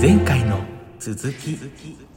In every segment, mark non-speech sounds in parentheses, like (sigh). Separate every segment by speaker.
Speaker 1: 前回の続き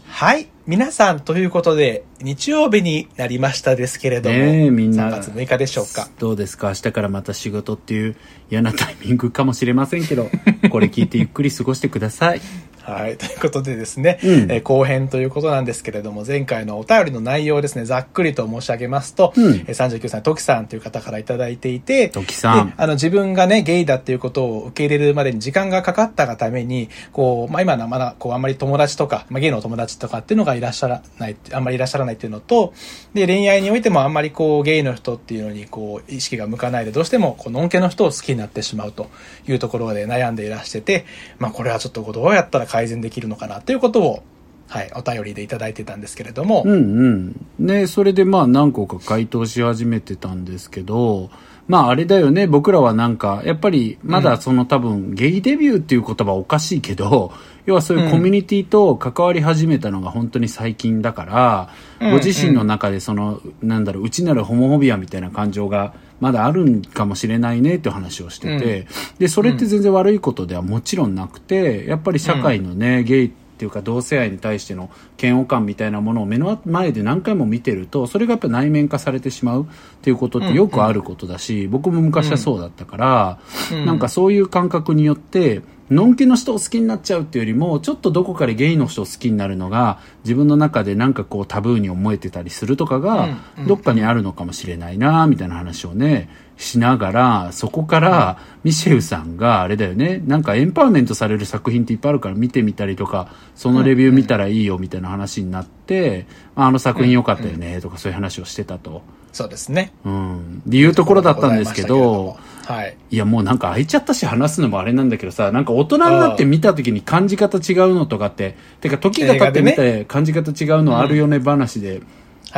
Speaker 2: はい。皆さん、ということで、日曜日になりましたですけれども、
Speaker 3: ねえみんな
Speaker 2: 3月6日でしょうか。
Speaker 3: どうですか明日からまた仕事っていう嫌なタイミングかもしれませんけどこれ聞いてゆっくり過ごしてください
Speaker 2: はい。ということでですね、
Speaker 3: うん
Speaker 2: えー後編ということなんですけれども、前回のお便りの内容をですね、ざっくりと申し上げますと、
Speaker 3: うん
Speaker 2: えー39歳のトキさんという方からいただいていて、
Speaker 3: トキさん
Speaker 2: であの、自分がね、ゲイだっていうことを受け入れるまでに時間がかかったがために、こう、まあ、今のはまだ、こう、あんまり友達とか、まあ、ゲイのお友達とかっていうのがいらっしゃらない、あんまりいらっしゃらないっていうのと、で、恋愛においてもあんまりこう、ゲイの人っていうのに、こう、意識が向かないで、どうしても、こう、のんけの人を好きになってしまうというところで悩んでいらしてて、まあ、これはちょっとこうどうやったら改善できるのかなっていうことを、はい、お便りでいただいてたんですけれども、
Speaker 3: うんうん。ね、それでまあ何個か回答し始めてたんですけど、まああれだよね、僕らはなんか、やっぱりまだその、多分ゲイデビューっていう言葉おかしいけど、 (laughs) 要はそういうコミュニティと関わり始めたのが本当に最近だから、
Speaker 2: うん
Speaker 3: ご自身の中でその、なんだろう、内なるホモフォビアみたいな感情がまだあるんかもしれないねっていう話をしてて、で、それって全然悪いことではもちろんなくて、やっぱり社会のね、ゲイっていうか同性愛に対しての嫌悪感みたいなものを目の前で何回も見てるとそれがやっぱ内面化されてしまうっていうことってよくあることだし、僕も昔はそうだったから、
Speaker 2: うん
Speaker 3: なんかそういう感覚によってのんけの人を好きになっちゃうっていうよりもちょっとどこかでゲイの人を好きになるのが自分の中でなんかこうタブーに思えてたりするとかが
Speaker 2: うんうん
Speaker 3: どっかにあるのかもしれないなみたいな話をねしながらそこからミシェウさんがあれだよねなんかエンパワーメントされる作品っていっぱいあるから見てみたりとかそのレビュー見たらいいよみたいな話になってああの作品良かったよねとかそういう話をしてたと。
Speaker 2: そうですね。
Speaker 3: うん。っていうところだったんですけど、
Speaker 2: はい。
Speaker 3: いやもうなんか開いちゃったし話すのもあれなんだけどさ、なんか大人になって見た時に感じ方違うのとかって、てか時が経ってみ
Speaker 2: 映画
Speaker 3: て感じ方違うのあるよね話で
Speaker 2: はいはい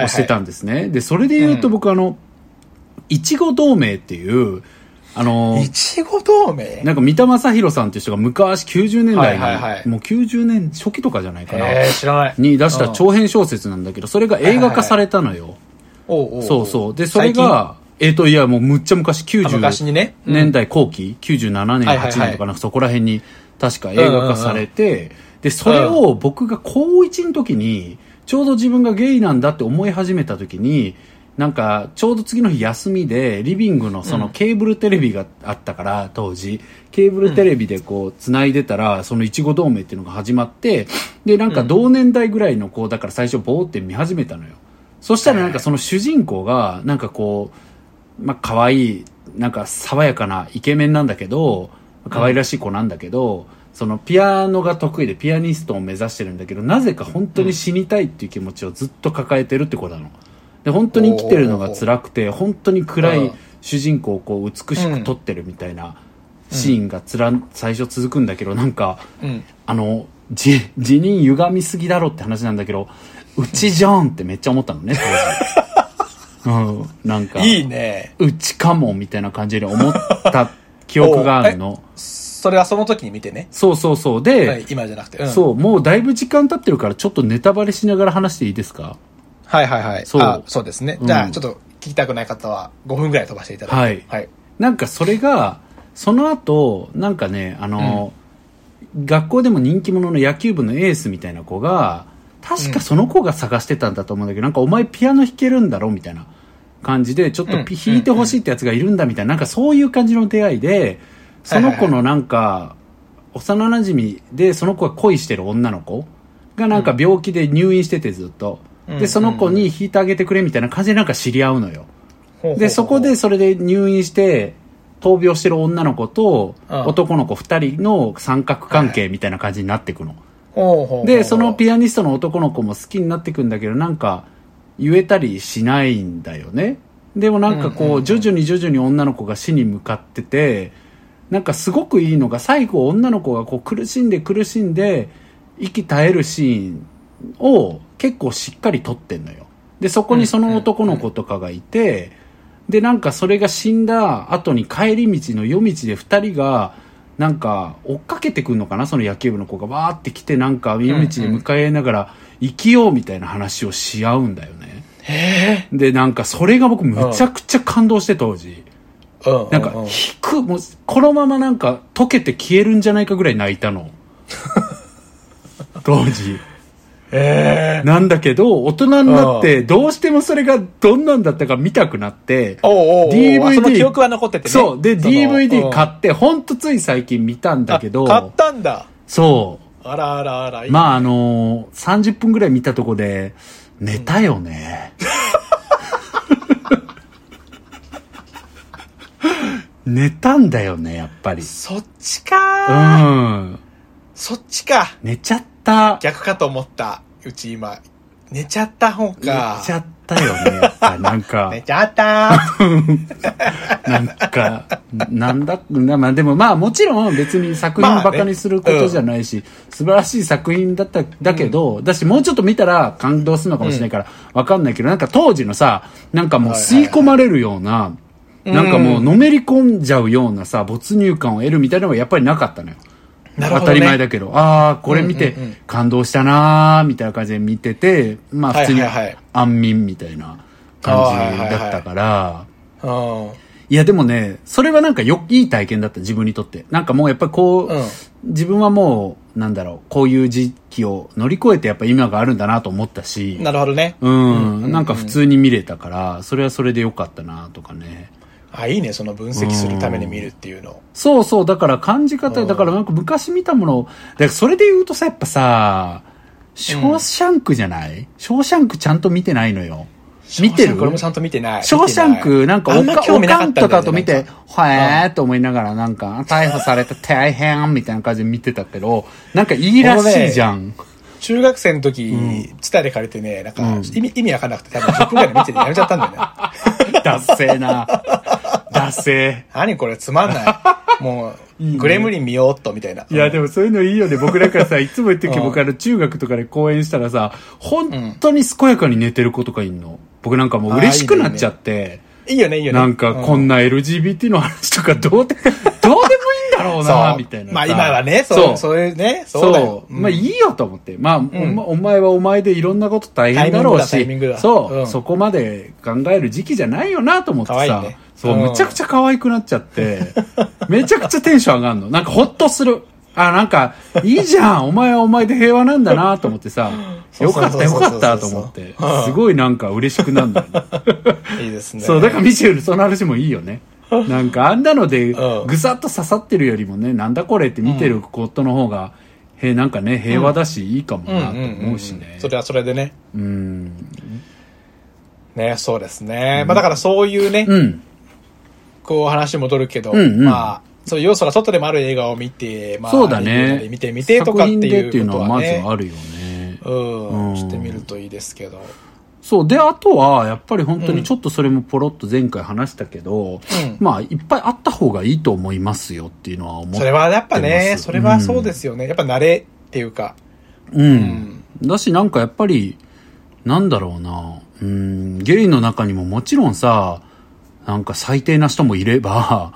Speaker 3: 押してたんですね。で、それで言うと僕あの、いちご同盟っていう、あの、
Speaker 2: いちご同盟
Speaker 3: なんか三田正宏さんっていう人が昔90年代に、
Speaker 2: はいはいはい
Speaker 3: もう90年初期とかじゃないかな、
Speaker 2: えー、知らない。
Speaker 3: に出した
Speaker 2: うん
Speaker 3: 長編小説なんだけど、それが映画化されたのよ。
Speaker 2: おうおうお
Speaker 3: そうそう。で、それが、えっ、と、いや、もうむっちゃ昔
Speaker 2: 最近、あ
Speaker 3: 90
Speaker 2: 昔にね。うん
Speaker 3: 年代後期、97年、
Speaker 2: はいはいはい
Speaker 3: 8年とかなんかそこら辺に確か映画化されて、で、それを僕が高1の時に、ちょうど自分がゲイなんだって思い始めた時に、なんか、ちょうど次の日休みで、リビングのそのケーブルテレビがあったから、当時、ケーブルテレビでこう、繋いでたら、そのいちご同盟っていうのが始まって、で、なんか同年代ぐらいの子、だから最初ぼーって見始めたのよ。そしたらなんかその主人公が、なんかこう、まあ、可愛い、なんか爽やかなイケメンなんだけど、可愛らしい子なんだけど、そのピアノが得意でピアニストを目指してるんだけど、なぜか本当に死にたいっていう気持ちをずっと抱えてるって子なの。で、本当に生きてるのが辛くて、本当に
Speaker 2: う
Speaker 3: 暗
Speaker 2: ん
Speaker 3: い主人公をこう美しく撮ってるみたいなシーンがつらん、最初続くんだけど、なんか、
Speaker 2: うん。
Speaker 3: あの、じ、 (laughs) 辞任歪みすぎだろって話なんだけど、うちじゃんってめっちゃ思ったのね、当時。うん、なんか、
Speaker 2: いいね。
Speaker 3: うちかもみたいな感じで思った記憶があるの。
Speaker 2: それはその時に見てね。
Speaker 3: そうそうそう。で、
Speaker 2: はい、今じゃなくて。うん、
Speaker 3: そう、もうだいぶ時間経ってるからちょっとネタバレしながら話していいですか
Speaker 2: はいはいはい。
Speaker 3: そう
Speaker 2: あそうですね。じゃ
Speaker 3: う
Speaker 2: あ、
Speaker 3: ん
Speaker 2: ちょっと聞きたくない方は5分ぐらい飛ばしていただいて。はい。
Speaker 3: なんかそれが、その後、なんかね、あの、学校でも人気者の野球部のエースみたいな子が、確かその子が探してたんだと思うんだけど、なんかお前ピアノ弾けるんだろみたいな感じで、ちょっとピ
Speaker 2: うん
Speaker 3: 弾いてほしいってやつがいるんだみたいな、なんかそういう感じの出会いで、その子のなんか、幼馴染で、その子が恋してる女の子がなんか病気で入院しててずっと。
Speaker 2: うん
Speaker 3: で、その子に弾いてあげてくれみたいな感じでなんか知り合うのよ。
Speaker 2: ほうほうほう
Speaker 3: で、そこで、それで入院して、闘病してる女の子と
Speaker 2: うん
Speaker 3: 男の子二人の三角関係みたいな感じになってくの。
Speaker 2: ほうほうほう
Speaker 3: で、そのピアニストの男の子も好きになってくんだけど、なんか言えたりしないんだよね。でもなんか
Speaker 2: うんうん
Speaker 3: こ
Speaker 2: う
Speaker 3: う、
Speaker 2: ん
Speaker 3: 徐々に徐々に女の子が死に向かってて、なんかすごくいいのが、最後女の子がこう苦しんで苦しんで、息絶えるシーンを結構しっかり撮ってんのよ。で、そこにその男の子とかがいて、で、なんかそれが死んだ後に帰り道の夜道で二人が、なんか追っかけてくんのかなその野球部の子がわーって来てなんか夜道に向かい合いながら生きようみたいな話をし合うんだよね。
Speaker 2: へ
Speaker 3: で、なんかそれが僕むちゃくちゃ感動して当時。
Speaker 2: ぇうん。
Speaker 3: なんか
Speaker 2: うう
Speaker 3: 引く、もうこのままなんか溶けて消えるんじゃないかぐらい泣いたの。当時。
Speaker 2: ええ
Speaker 3: なんだけど、大人になって、どうしてもそれがどんなんだったか見たくなって、
Speaker 2: おうおうおう
Speaker 3: DVD
Speaker 2: あその記憶は残っててね。
Speaker 3: そう。で、
Speaker 2: その
Speaker 3: DVD 買
Speaker 2: うん
Speaker 3: って、ほんとつい最近見たんだけ
Speaker 2: あ買っ
Speaker 3: ど、
Speaker 2: たんだ。
Speaker 3: そ
Speaker 2: あらあらあら。
Speaker 3: う。まあ、あのー、30分ぐらい見たとこで、寝たよね。寝たんだよね、やっぱ
Speaker 2: (laughs)
Speaker 3: り。
Speaker 2: そっちかー、
Speaker 3: うん。
Speaker 2: そっちか。
Speaker 3: 寝ちゃった。
Speaker 2: 逆かと思った。うち今。寝ちゃった方
Speaker 3: 寝ち
Speaker 2: か。
Speaker 3: ゃったよね、やっぱり。な
Speaker 2: (laughs)
Speaker 3: んか。
Speaker 2: 寝ちゃ
Speaker 3: (laughs)
Speaker 2: ったー。
Speaker 3: なんか、なんだ、なまあでもまあもちろん別に作品をバカにすることじゃないし、素晴らしい作品だった、だけど、だしもうちょっと見たら感動するのかもしれないから、わかんないけど、なんか当時のさ、なんかもう吸い込まれるような、
Speaker 2: いはい
Speaker 3: なんかもうのめり込んじゃうようなさ、没入感を得るみたいなのがやっぱりなかったのよ。
Speaker 2: なるほどね
Speaker 3: 当たり前だけど、ああ、これ見て
Speaker 2: うんうんうん
Speaker 3: 感動したなーみたいな感じで見てて、まあ普通に
Speaker 2: はいはいはい
Speaker 3: 安眠みたいな感じだったから、
Speaker 2: うん。
Speaker 3: いやでもね、それはなんかよ、いい体験だった、自分にとって。なんかもうやっぱりこう、
Speaker 2: うん
Speaker 3: 自分はもう、なんだろう、こういう時期を乗り越えてやっぱ今があるんだなと思ったし、
Speaker 2: なるほどね。
Speaker 3: うん、なんか普通に見れたから、それはそれでよかったなとかね。
Speaker 2: あ、いいね。その分析するために見るっていうの。
Speaker 3: そうそう、だから感じ方、
Speaker 2: うん
Speaker 3: だからなんか昔見たものを、だからそれで言うとさ、やっぱさ、ショーシャンクじゃない、ショーシャンクちゃんと見てないのよ。見てる
Speaker 2: これもちゃんと見てない。
Speaker 3: ショーシャンク、なんか
Speaker 2: あ
Speaker 3: お
Speaker 2: んま
Speaker 3: か、
Speaker 2: 興
Speaker 3: お
Speaker 2: 味な
Speaker 3: か
Speaker 2: かっ
Speaker 3: ん
Speaker 2: たんだよね
Speaker 3: とかと見
Speaker 2: な
Speaker 3: て
Speaker 2: んか、
Speaker 3: はえーと思いながら、なんか、逮捕されて大変みたいな感じで見てたけど、なんかいいらしいじゃん。
Speaker 2: 中学生の時、ツタで借りてね、なんか、
Speaker 3: うん
Speaker 2: 意味、意味わかんなくて、多分10分ぐらいで見ててやめちゃったん
Speaker 3: (laughs)
Speaker 2: だよね。
Speaker 3: (laughs) ダッセーな。 (laughs) ダッセ
Speaker 2: 何これつまんない。も
Speaker 3: (laughs)
Speaker 2: う、
Speaker 3: いいね
Speaker 2: グレムリン見ようっと、みたいな。
Speaker 3: ー。いや、で
Speaker 2: も、
Speaker 3: もそういうのいいよね。僕なんかさ、いつも言ってるけど、 (laughs)
Speaker 2: うん
Speaker 3: 僕あの中学とかで講演したらさ、本当に健やかに寝てる子とかいんの。僕なんかもう嬉しくなっちゃって、
Speaker 2: いいよね、いいよね。
Speaker 3: なんかこんな LGBT の話とかどうで、どうでもいいんだろう
Speaker 2: うん、
Speaker 3: な、 (laughs)
Speaker 2: そう、
Speaker 3: みたいなさ。
Speaker 2: まあ今はね、
Speaker 3: そ
Speaker 2: そうう、そういうね、
Speaker 3: そ
Speaker 2: そううだよ。うん
Speaker 3: まあいいよと思って。まあ、おまお前はお前でいろんなこと大変だろうし。
Speaker 2: タイミングだタイミングだ
Speaker 3: そう、
Speaker 2: うん
Speaker 3: そこまで考える時期じゃないよなと思って
Speaker 2: 可愛い
Speaker 3: さ。
Speaker 2: ね
Speaker 3: そう、
Speaker 2: うん
Speaker 3: むちゃくちゃ可愛くなっちゃって、 (laughs) めちゃくちゃテンション上がるの。なんかほっとする。あ、なんか、いいじゃん。お前はお前で平和なんだなと思ってさ。
Speaker 2: そう
Speaker 3: よ
Speaker 2: そう
Speaker 3: かっ
Speaker 2: そう
Speaker 3: たよかったと思って。すごいなんか嬉しくなるんだよね。
Speaker 2: いいですね。
Speaker 3: そう、だからミシェル、その話もいい
Speaker 2: (laughs)
Speaker 3: よね。なんか、あんなので、
Speaker 2: うん
Speaker 3: ぐさっと刺さってるよりもね、なんだこれって見てることの方が、へなんかね、平和だし、いいかもなと思うしね。
Speaker 2: それはそれでね。
Speaker 3: うん。
Speaker 2: ね、そうですね。まあだからそういうね、
Speaker 3: うん。
Speaker 2: こう話戻るけど、
Speaker 3: うんうん
Speaker 2: まあ、そういう要素が外でもある映画を見て、まあ、
Speaker 3: そうだ
Speaker 2: リビング
Speaker 3: ね
Speaker 2: で。見てみてとかって
Speaker 3: 作品でってい
Speaker 2: いうう
Speaker 3: の
Speaker 2: こと
Speaker 3: は
Speaker 2: は
Speaker 3: まず
Speaker 2: ね。
Speaker 3: あるよね。
Speaker 2: う
Speaker 3: うん
Speaker 2: ん、してみるといいですけど。
Speaker 3: そう。で、あとは、やっぱり本当
Speaker 2: う
Speaker 3: に
Speaker 2: ん
Speaker 3: ちょっとそれもポロッと前回話したけ
Speaker 2: う
Speaker 3: ど、
Speaker 2: ん
Speaker 3: まあ、いっぱいあった方がいいと思いますよっていうのは思って。
Speaker 2: それはやっぱ
Speaker 3: やってま
Speaker 2: ね、
Speaker 3: す
Speaker 2: それはそうですよね。やっぱ慣れっていうか。
Speaker 3: うん。だし、なんかやっぱり、なんだろうな。うん、ゲイの中にももちろんさ、なんか最低な人もいれば、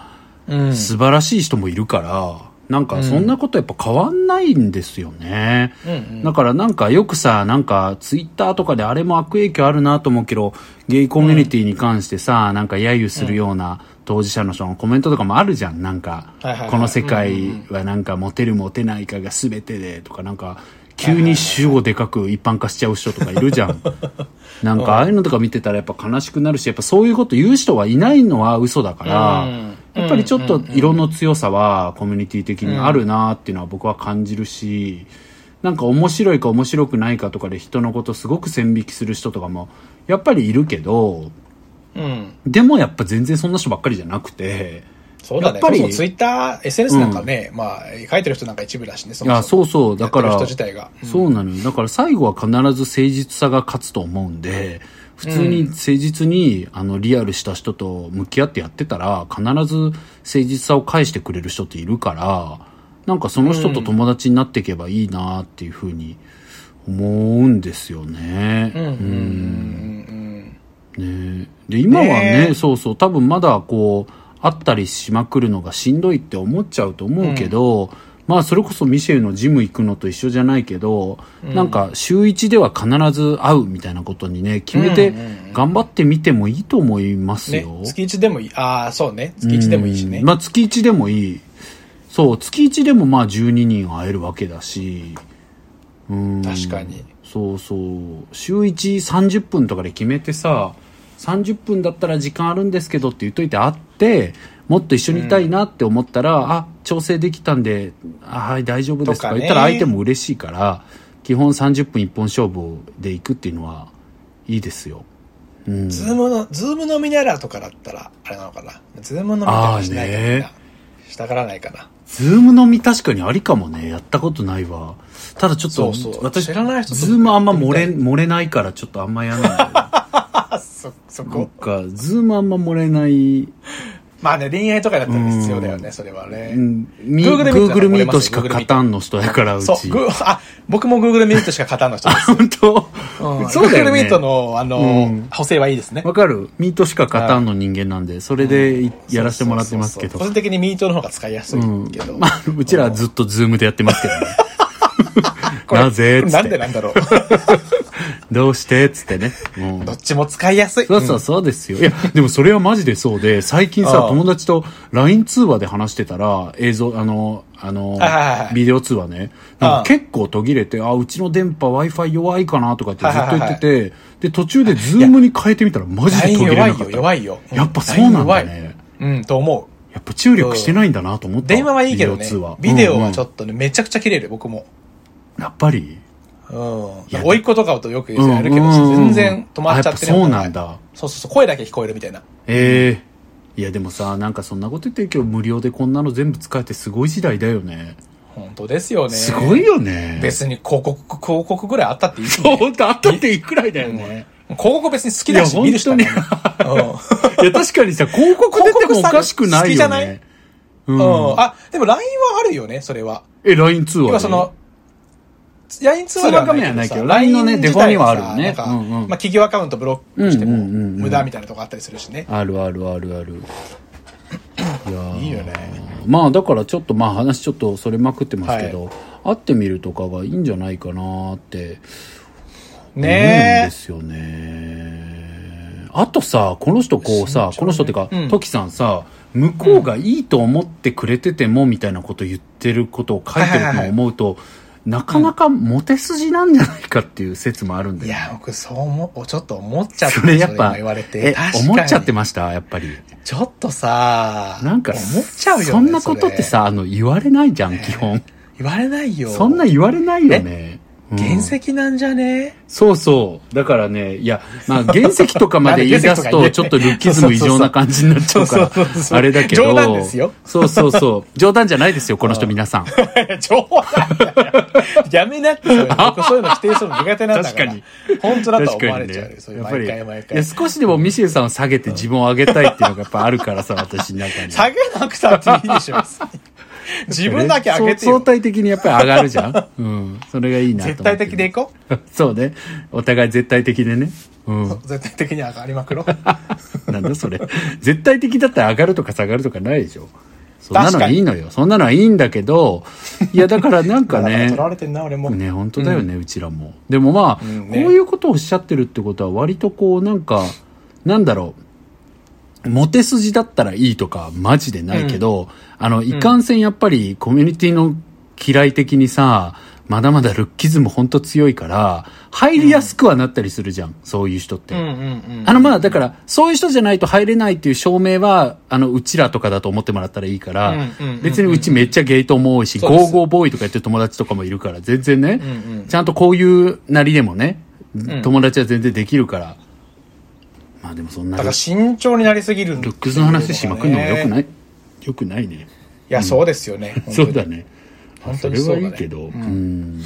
Speaker 2: うん。
Speaker 3: 素晴らしい人もいるから、なんかそんなことやっぱ変わんないんですよね。
Speaker 2: うんうん
Speaker 3: だからなんかよくさ、なんかツイッターとかであれも悪影響あるなと思うけど、ゲイコミュニティに関してさ、なんか揶揄するような当事者の人のコメントとかもあるじゃん、なんか
Speaker 2: はいはいは。い
Speaker 3: この世界はなんかモテるモテないかが全てでとかなんか、急に主語でかく一般化しちゃう人とかいるじ
Speaker 2: (laughs)
Speaker 3: ゃん。なんかああいうのとか見てたらやっぱ悲しくなるし、やっぱそういうこと言う人はいないのは嘘だから、
Speaker 2: うん
Speaker 3: やっぱりちょっと色の強さはコミュニティ的にあるなっていうのは僕は感じるし、なんか面白いか面白くないかとかで人のことすごく線引きする人とかもやっぱりいるけど、
Speaker 2: うん。
Speaker 3: でもやっぱ全然そんな人ばっかりじゃなくて、
Speaker 2: そうだね。
Speaker 3: やっぱり
Speaker 2: ツイッター、SNS なんかね、まあ、書いてる人なんか一部だしね、そ
Speaker 3: いや、
Speaker 2: もそ
Speaker 3: そ
Speaker 2: も
Speaker 3: うそう、だか
Speaker 2: や
Speaker 3: ら
Speaker 2: ってる人自、体が。うん
Speaker 3: そうなのよ。だから最後は必ず誠実さが勝つと思うんで、普通に誠実に、あの、リアルした人と向き合ってやってたら、必ず誠実さを返してくれる人っているから、なんかその人と友達になっていけばいいなっていうふうに思うんですよね。
Speaker 2: うんうんうんう
Speaker 3: うん
Speaker 2: ん
Speaker 3: ねえで今はね
Speaker 2: ねえ
Speaker 3: そうそう多分まだこう会ったりしまくるのがしんどいって思っちゃうと思うけど、まあそれこそミシェルのジム行くのと一緒じゃないけど、なんか週1では必ず会うみたいなことにね決めて
Speaker 2: うんうんうん
Speaker 3: 頑張ってみてもいいと思います
Speaker 2: ね
Speaker 3: よ、、
Speaker 2: 月一でもいい。ああ、そうね。月一でもいいしね
Speaker 3: うん。まあ月1でもいいそう月1でもまあ12人会えるわけだしうん
Speaker 2: 確かに
Speaker 3: そうそう週130分とかで決めてさ30分だったら時間あるんですけどって言っといてあってもっと一緒にいたいなって思ったら、あ調整できたんであはい大丈夫ですと
Speaker 2: と
Speaker 3: か
Speaker 2: かね
Speaker 3: 言ったら相手も嬉しいから基本30分一本勝負でいくっていうのはいいですよ、うん、
Speaker 2: ズームの、ズームのみならとかだったら、あれなのかな。ズームのみたらしないか
Speaker 3: あ
Speaker 2: らみ
Speaker 3: ー
Speaker 2: ん
Speaker 3: ね
Speaker 2: な。したがらないかな。
Speaker 3: ズーム飲み確かにありかもね。やったことないわ。ただちょっと、
Speaker 2: そうそう
Speaker 3: 私、
Speaker 2: 知らない人と
Speaker 3: ズームあんま漏れ、
Speaker 2: やっ
Speaker 3: 漏れないからちょっとあんまやらないんだ
Speaker 2: (laughs) あ、そ、そ
Speaker 3: よ。なん
Speaker 2: こ。
Speaker 3: か、ズームあんま漏れない。
Speaker 2: まあね、恋愛とかだったら必要だよね、それはね。
Speaker 3: うん、み
Speaker 2: Google Meet
Speaker 3: グーグルミー
Speaker 2: 漏れ
Speaker 3: ト
Speaker 2: ます
Speaker 3: し
Speaker 2: よ
Speaker 3: か勝たんの人やから、うち。
Speaker 2: そう、グー、あ、僕も Google Meet しか勝たんの人です。
Speaker 3: 本当、
Speaker 2: うん、
Speaker 3: そうだよ
Speaker 2: Google
Speaker 3: ね。
Speaker 2: Meet の、あの、
Speaker 3: うん
Speaker 2: 補正はいいですね。
Speaker 3: わかるミートしか勝たんの人間なんで、それでいやらせてもらってますけど。
Speaker 2: そうそうそう個人的にミートの方が使いやすいけど。
Speaker 3: うんまあ、うちらはずっとズームでやってますけどね。なぜ
Speaker 2: (laughs) これ
Speaker 3: つっ
Speaker 2: なんで
Speaker 3: て。
Speaker 2: なんだ
Speaker 3: (laughs)
Speaker 2: ろう。
Speaker 3: どうしてつってね。うん
Speaker 2: どっちも使いやすい。
Speaker 3: そうそうそうですよ。いや、でもそれはマジでそうで、最近さ
Speaker 2: あ、あ
Speaker 3: 友達と LINE 通話で話してたら、映像、あの、あの
Speaker 2: はいはいはい、
Speaker 3: ビデオ通話ね、なん
Speaker 2: あ
Speaker 3: か
Speaker 2: あ
Speaker 3: 結構途切れて、あ、うちの電波 Wi-Fi 弱いかなとかってずっと言って
Speaker 2: は
Speaker 3: て、で、途中でズームに変えてみたらマジで途
Speaker 2: LINE
Speaker 3: 切れ
Speaker 2: 弱
Speaker 3: ないかっ
Speaker 2: よ、
Speaker 3: た。
Speaker 2: 弱いよ。
Speaker 3: やっぱそうなんだ
Speaker 2: LINE 弱
Speaker 3: ね。
Speaker 2: い。うん、と思う。
Speaker 3: やっぱ注力してないんだなと思った。
Speaker 2: 電話はいいけどね
Speaker 3: ビデオ通話。。
Speaker 2: ビデオはちょ
Speaker 3: っ
Speaker 2: っとね、めちゃくちゃ切れる、僕も。
Speaker 3: と。やっぱり。
Speaker 2: うん。
Speaker 3: や
Speaker 2: 甥っ子とかとよく
Speaker 3: うん
Speaker 2: やるけど、
Speaker 3: うん
Speaker 2: 全然止まっちゃって
Speaker 3: あやっぱそうな
Speaker 2: お互い
Speaker 3: んだ。
Speaker 2: そうそうそう、声だけ聞こえるみたいな。
Speaker 3: ええいやでもさ、なんかそんなこと言って今日無料でこんなの全部使えてすごい時代だよね。
Speaker 2: 本当ですよね。
Speaker 3: すごいよね。
Speaker 2: 別に広告、広告ぐらいあったっていい、ね。
Speaker 3: そうだったっていくらいだよね。
Speaker 2: 広告別に好きだ
Speaker 3: い
Speaker 2: し、
Speaker 3: や
Speaker 2: 見るしかない。
Speaker 3: 本
Speaker 2: うん。
Speaker 3: いや、確かにさ、広告出てもおかしくな
Speaker 2: 広告さ
Speaker 3: い
Speaker 2: 好きじ
Speaker 3: よ
Speaker 2: ゃない
Speaker 3: ね。うん
Speaker 2: うん。あ、でも LINE はあるよね、それは。
Speaker 3: え、LINE 通話
Speaker 2: 要
Speaker 3: で
Speaker 2: はその、LINE 通話ではないけど
Speaker 3: 通話画面は
Speaker 2: さ
Speaker 3: ないけど LINE のね
Speaker 2: LINE 自体
Speaker 3: デフォにはあるよね
Speaker 2: さ
Speaker 3: うんうん
Speaker 2: なんか、まあ、企業アカウントブロックして
Speaker 3: うん
Speaker 2: も
Speaker 3: うんうんうん
Speaker 2: 無駄みたいなとこあったりするしね。
Speaker 3: あるあるあるある。いやー
Speaker 2: いいよね。
Speaker 3: まあだからちょっとまあ話ちょっとそれまくってますけど、会ってみるとかがいいんじゃないかなーって思うんで
Speaker 2: ね
Speaker 3: すよね。あとさ、この人こうさ、この人ってか、
Speaker 2: うん
Speaker 3: トキさんさ、向こうがいいと思ってくれててもみたいなこと言ってることを書いてるのを思うと、なかなかモテ筋なんじゃないかっていう説もあるん
Speaker 2: え。
Speaker 3: だ
Speaker 2: い
Speaker 3: よね。
Speaker 2: や、僕そう思う、ちょっと思っちゃった。
Speaker 3: (laughs) それやっ
Speaker 2: 今
Speaker 3: ぱ、
Speaker 2: 言われて。
Speaker 3: え
Speaker 2: 確かに
Speaker 3: 思っちゃってましたやっぱり。
Speaker 2: ちょっとさ、
Speaker 3: なんか、
Speaker 2: 思っちゃうよね。
Speaker 3: そんなことって
Speaker 2: それ、
Speaker 3: さ、あの、言われないじゃん、基本。
Speaker 2: 言われないよ。
Speaker 3: そんな言われないよね。うん
Speaker 2: 原石なんじゃ
Speaker 3: (laughs)
Speaker 2: ね
Speaker 3: そうそう。だからね、いや、まあ、原石とかまで言い出す
Speaker 2: なん (laughs)
Speaker 3: と、
Speaker 2: で原石とか言えない
Speaker 3: ちょっとルッキズム異常な感じになっちゃうから
Speaker 2: そうそうそう、そう
Speaker 3: あれだけど。
Speaker 2: 冗談ですよ。
Speaker 3: そうそ
Speaker 2: (laughs)
Speaker 3: うそう。冗談じゃないですよ、この人皆さん。
Speaker 2: 冗談だよ。やめなって、
Speaker 3: (laughs)
Speaker 2: そういうの僕そういうの否定するの苦手なんだから。
Speaker 3: 確
Speaker 2: 本当だとは思われちゃうよ。そういう
Speaker 3: やっぱり、
Speaker 2: 毎
Speaker 3: い
Speaker 2: 回毎
Speaker 3: や
Speaker 2: 回。
Speaker 3: 少しでもミシェルさんを下げて自分を上げたいっていうのがやっぱあるからさ、私
Speaker 2: (laughs)
Speaker 3: の中に。
Speaker 2: 下げなくたっていいでし
Speaker 3: (laughs)
Speaker 2: ょ、別に自分だけ上げて
Speaker 3: そう
Speaker 2: よ
Speaker 3: 相。対的にやっぱり上がるじゃん。うん。それがいいなと思
Speaker 2: 絶
Speaker 3: って。
Speaker 2: 対的でいこ
Speaker 3: (laughs) そうね。お互い絶対的でね。うん。
Speaker 2: う。絶対的に上がりまくろう。
Speaker 3: なんだそれ。絶対的だったら上がるとか下がるとかないでしょ。そんなのはいいのよ。そんなのはいいんだけど、いやだからなん
Speaker 2: (laughs)
Speaker 3: か
Speaker 2: なんか
Speaker 3: (laughs) ね
Speaker 2: 取、られてんな、俺も。
Speaker 3: ね、本当だよね、うちらも。でもまあ、
Speaker 2: んね
Speaker 3: こういうことをおっしゃってるってことは割とこうなんか、なんだろう。モテ筋だったらいいとか、マジでないけど、あの、いかんせんやっぱりコミュニティの嫌い的にさ、まだまだルッキズム本当強いから、入りやすくはなったりするじゃん、そういう人って。
Speaker 2: うんうんうん。
Speaker 3: あの、まあ、だから、そういう人じゃないと入れないっていう証明は、あの、うちらとかだと思ってもらったらいいから
Speaker 2: うんうんうんう、ん
Speaker 3: 別にうちめっちゃゲイトも多いし、
Speaker 2: そうです
Speaker 3: ゴーゴーボーイとかやってる友達とかもいるから、全然ね
Speaker 2: んう、ん
Speaker 3: ちゃんとこういうなりでもね
Speaker 2: ん、
Speaker 3: 友達は全然できるから。まあでもそんな
Speaker 2: だか
Speaker 3: ル
Speaker 2: ら慎重になりすぎるんだ
Speaker 3: ックスの話しまくるのも良く
Speaker 2: い
Speaker 3: ない良くないね。
Speaker 2: や、そうですよね。本当に
Speaker 3: そうだ。ね。
Speaker 2: 本
Speaker 3: そ
Speaker 2: 当
Speaker 3: れ
Speaker 2: にそう
Speaker 3: は
Speaker 2: だね
Speaker 3: いいけど。うん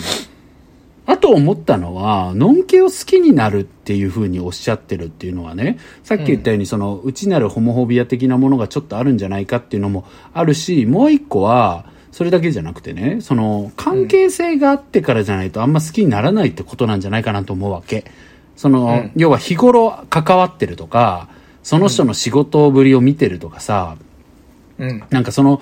Speaker 3: あと思ったのは、ノンケを好きになるっていうふうにおっしゃってるっていうのはね、さっき言ったように、その、内なるホモホビア的なものがちょっとあるんじゃないかっていうのもあるし、もう一個は、それだけじゃなくてね、その、関係性があってからじゃないとあんま好きにならないってことなんじゃないかなと思うわけ。その、
Speaker 2: うん
Speaker 3: 要は日頃関わってるとか、その人の仕事ぶりを見てるとかさ、
Speaker 2: うん。
Speaker 3: なんかその、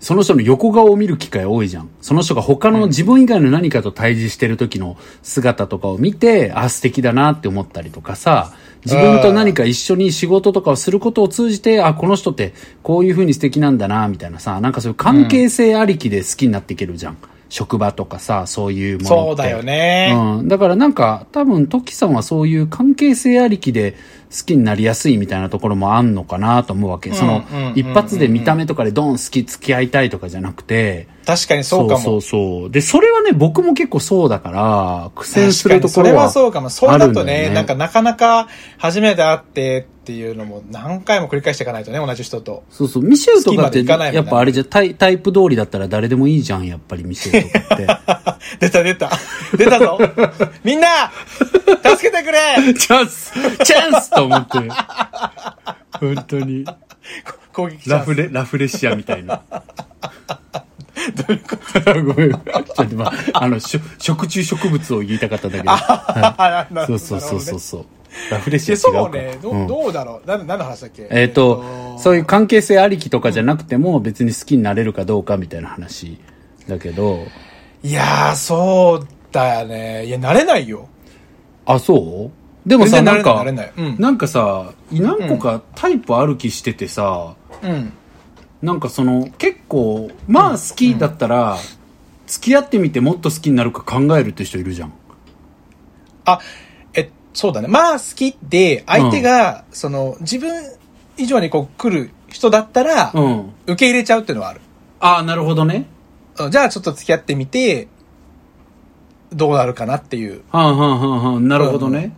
Speaker 3: その人の横顔を見る機会多いじゃん。その人が他の自分以外の何かと対峙してる時の姿とかを見て、あ、素敵だなって思ったりとかさ、自分と何か一緒に仕事とかをすることを通じて、あ、この人ってこういう風に素敵なんだな、みたいなさ、なんかそういう関係性ありきで好きになっていけるじゃん。職場とかさ、そういうものって。
Speaker 2: そうだよね。
Speaker 3: うん、だからなんか多分トキさんはそういう関係性ありきで好きになりやすいみたいなところもあんのかなと思うわけ。その
Speaker 2: うんうんうん
Speaker 3: 一発で見た目とかでドン好き付き合いたいとかじゃなくて。
Speaker 2: 確かにそうかも。
Speaker 3: そうそうそうで、それはね、僕も結構そうだから、苦戦するとこ
Speaker 2: 確かにそれ
Speaker 3: ろ
Speaker 2: は
Speaker 3: は。
Speaker 2: そうかも。それだと
Speaker 3: あるんだ
Speaker 2: ね、
Speaker 3: よね
Speaker 2: なんかなかなか初めて会ってっていうのも何回も繰り返していかないとね、同じ人と。
Speaker 3: そうそうミシェルとかっ
Speaker 2: 好きま
Speaker 3: て、
Speaker 2: でいかないもんね
Speaker 3: やっぱあれじゃタイ、タイプ通りだったら誰でもいいじゃん、やっぱりミシェルと
Speaker 2: (laughs)
Speaker 3: かって。
Speaker 2: 出た出
Speaker 3: (laughs)
Speaker 2: た。出たぞ。みんな助けてくれ
Speaker 3: チャンスチャンスと思って。本当に。
Speaker 2: 攻撃チ
Speaker 3: ラ
Speaker 2: ャン
Speaker 3: フ
Speaker 2: ス。
Speaker 3: レ、ラフレシアみたいな。 (laughs) どういうことごめん。ちょっと、まあ、あの、しょ食虫植物を言いたかっただけで。
Speaker 2: なるほ
Speaker 3: そ
Speaker 2: ど
Speaker 3: うそうそ
Speaker 2: なるほど
Speaker 3: うそう
Speaker 2: ね
Speaker 3: そう。ラフレシア
Speaker 2: で
Speaker 3: 違うか。
Speaker 2: そうね。ど
Speaker 3: うん
Speaker 2: うどうだろうな何の話だっけ
Speaker 3: えっ、と、そういうう関係性ありきとかじゃなくても、別に好きになれるかどうかみたいな話だけど、
Speaker 2: いやー、そうだよね。いや、慣れないよ。
Speaker 3: あ、そうでもさ、
Speaker 2: 全然
Speaker 3: な
Speaker 2: 慣
Speaker 3: ん
Speaker 2: れない
Speaker 3: か
Speaker 2: 慣れない、うん
Speaker 3: なんかさ、何個かタイプ歩きしててさ、
Speaker 2: うん。
Speaker 3: なんかその、結構、まあ好きだったら、付き合ってみてもっと好きになるか考えるって人いるじゃん。
Speaker 2: あ、え、そうだね。まあ好きで、相手が、その、自分以上にこう来る人だったら、
Speaker 3: うん。
Speaker 2: 受け入れちゃうっていうのはある。
Speaker 3: ああ、なるほどね。
Speaker 2: うんじゃあちょっと付き合ってみて、どうなるかなっていう。
Speaker 3: はあ、はあはあはあ、なるほどね。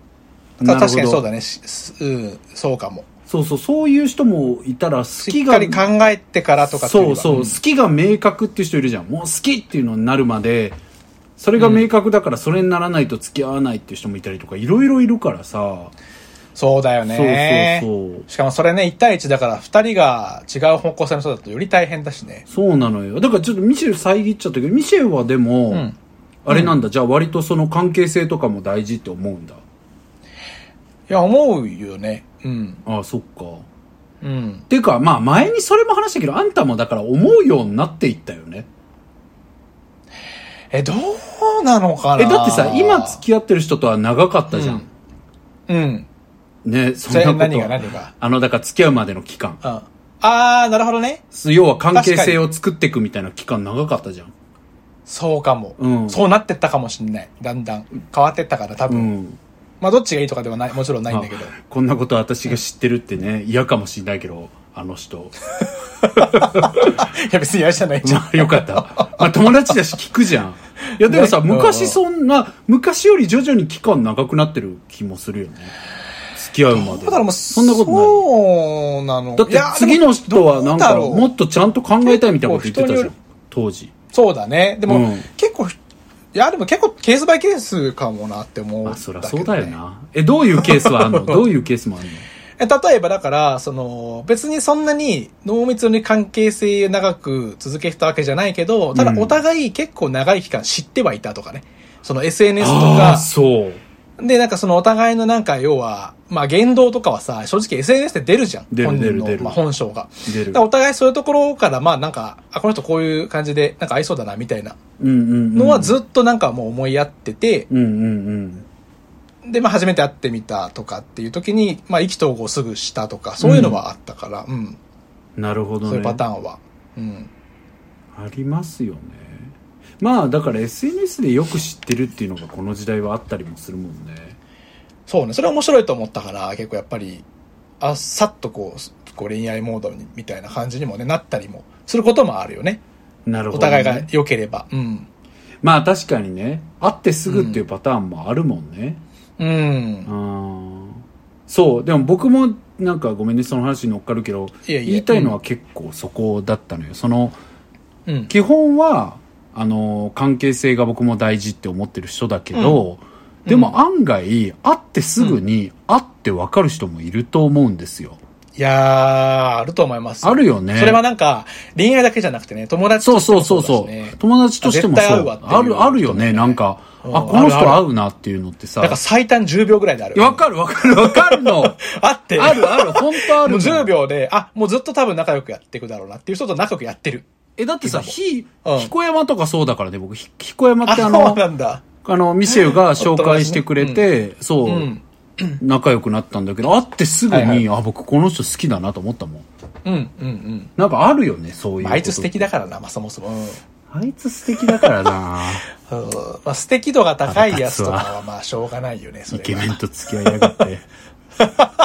Speaker 2: た確かにそう
Speaker 3: だ。
Speaker 2: だね。しすうん、そうかも。
Speaker 3: そうそう、そういう人もいたら、好
Speaker 2: し
Speaker 3: き
Speaker 2: っ
Speaker 3: が
Speaker 2: かり考えてからとかってい
Speaker 3: そうそう、
Speaker 2: のは
Speaker 3: 好きが明確っていう人いるじゃんもう好きっていうのになるまでそれが明確だからそれにならないと付き合わないっていう人もいたりとかいろいろいるからさ
Speaker 2: そうだよね。
Speaker 3: そうそうそう
Speaker 2: しかもそれね、1対1だから、2人が違う方向性の人だとより大変だしね。
Speaker 3: そうなのよだからちょっとミシェル遮っちゃったけどミシェルはでも、
Speaker 2: うん
Speaker 3: あれなんだ、じゃあ割とその関係性とかも大事って思うんだ
Speaker 2: いや、思うよね。うん。
Speaker 3: ああそっか
Speaker 2: うん。
Speaker 3: ていうかまあ前にそれも話したけどあんたもだから思うようになっていったよね
Speaker 2: え、どうなのかな
Speaker 3: えだってさ今付き合ってる人とは長かったじゃん、
Speaker 2: うん。
Speaker 3: ねそ
Speaker 2: そ
Speaker 3: ん
Speaker 2: れ
Speaker 3: なことは
Speaker 2: 何が何が。
Speaker 3: あのだから付き合うまでの期間
Speaker 2: うん。あー、なるほどね。
Speaker 3: 要は関係性を作っていくみたいな期間長かったじゃん。
Speaker 2: そうかも。
Speaker 3: うん
Speaker 2: そうなってったかもしんない。だんだん。変わってったから、多
Speaker 3: う
Speaker 2: 分。
Speaker 3: ん。
Speaker 2: まあ、どっちがいいとかではない、もちろんないんだけど。
Speaker 3: あこんなこと私が知ってるってね、嫌かもしんないけど、あの人。
Speaker 2: (laughs) いや、別に嫌じゃないじゃん。
Speaker 3: まあよかった。まあ友達だし聞くじゃん。いやでもさ、
Speaker 2: ね
Speaker 3: 昔そんな、昔より徐々に期間長くなってる気もするよね。付き合うまで。
Speaker 2: だからもう、
Speaker 3: そんなことない。
Speaker 2: そうなの。
Speaker 3: だってい
Speaker 2: や
Speaker 3: 次の人はなん
Speaker 2: どうだ
Speaker 3: か、
Speaker 2: ろう
Speaker 3: もっとちゃんと考えたいみたいなこと言ってたじ
Speaker 2: 結構人
Speaker 3: ゃん
Speaker 2: による。
Speaker 3: 当時。
Speaker 2: そうだね。でも、
Speaker 3: うん
Speaker 2: 結構、いや、でも結構ケースバイケースかもなって思う、
Speaker 3: まあそりゃそうだよ。な。え、どういうケースはあんのどういうケースもあんの
Speaker 2: え例えばだから、その、別にそんなに濃密に関係性長く続けてたわけじゃないけど、ただ
Speaker 3: うん
Speaker 2: お互い結構長い期間知ってはいたとかね。その SNS と
Speaker 3: ああー、
Speaker 2: か、
Speaker 3: そう。
Speaker 2: で、なんかそのお互いのなんか要は、まあ言動とかはさ、正直 SNS で出るじゃん。
Speaker 3: 出る
Speaker 2: 本人
Speaker 3: 出る出
Speaker 2: の、
Speaker 3: る
Speaker 2: まあ、本性が。
Speaker 3: 出
Speaker 2: だ
Speaker 3: る
Speaker 2: から。お互いそういうところから、まあなんか、あ、この人こういう感じで、なんか合いそうだな、みたいな
Speaker 3: うんうんうん
Speaker 2: のはずっとなんかもう思い合ってて、
Speaker 3: うんうんうん。
Speaker 2: で、まあ初めて会ってみたとかっていう時に、まあ意気投合すぐしたとか、そういうのはあったから、うん、
Speaker 3: なるほどね。
Speaker 2: そういうパターンは。うん。
Speaker 3: ありますよね。まあだから SNS でよく知ってるっていうのがこの時代はあったりもするもんね。
Speaker 2: そうね、それ面白いと思ったから、結構やっぱり、あっさっとこう、こう恋愛モードにみたいな感じにもね、なったりもすることもあるよね。
Speaker 3: なる
Speaker 2: お
Speaker 3: ほど、ね。
Speaker 2: 互いが。良ければ。うん。
Speaker 3: まあ確かにね、会ってすぐっていうパターンもあるもんね。
Speaker 2: うん
Speaker 3: う。ん。そう、でも僕もなんかごめんね、その話に乗っかるけど、
Speaker 2: いやいや
Speaker 3: 言いたいのは結構そこだったのよ。その、
Speaker 2: うん。
Speaker 3: 基本は、あの、関係性が僕も大事って思ってる人だけど、
Speaker 2: うん
Speaker 3: でも案外、会ってすぐに会ってわかる人もいると思うんですよ。
Speaker 2: いやー、あると思います。
Speaker 3: あるよね。
Speaker 2: それはなんか、恋愛だけじゃなくてね、友達
Speaker 3: そ
Speaker 2: と
Speaker 3: う
Speaker 2: して
Speaker 3: そう
Speaker 2: も
Speaker 3: そうそう、
Speaker 2: だしね
Speaker 3: 友達としても
Speaker 2: あ絶対合
Speaker 3: そ
Speaker 2: うわ
Speaker 3: う
Speaker 2: っていう
Speaker 3: あるあるよ
Speaker 2: 人
Speaker 3: ね
Speaker 2: もね
Speaker 3: なんか、
Speaker 2: うん
Speaker 3: あこの人
Speaker 2: あるあ
Speaker 3: 合
Speaker 2: る
Speaker 3: うなっていうのってさ
Speaker 2: だから最短10秒ぐらいである。
Speaker 3: わかるわかるわかるの
Speaker 2: あ (laughs) って。
Speaker 3: あるある本当ある
Speaker 2: もう
Speaker 3: の
Speaker 2: 10秒で、あ、もうずっと多分仲良くやっていくだろうなっていう人と仲良くやってる。
Speaker 3: えだってさひ
Speaker 2: うん
Speaker 3: 彦山とかそうだからね僕ひ彦山っ
Speaker 2: あ、
Speaker 3: てあ
Speaker 2: そう
Speaker 3: の
Speaker 2: なんだ。
Speaker 3: あのミシェルが紹介してくれて、そう、
Speaker 2: うん。
Speaker 3: 仲良くなったんだけど会ってすぐに、
Speaker 2: はいはい
Speaker 3: あ僕この人好きだなと思ったもん
Speaker 2: うん、うん、うん。
Speaker 3: なんかあるよねそういうこと、
Speaker 2: まあ、あいつ素敵だからな、まあ、そもそも。うん
Speaker 3: あいつ素敵だから
Speaker 2: (laughs)
Speaker 3: な
Speaker 2: うんまあ、素敵度が高いやつとかはまあしょうがないよね、そ
Speaker 3: イ
Speaker 2: れ
Speaker 3: ケ
Speaker 2: は。
Speaker 3: メンと付き合いやがって。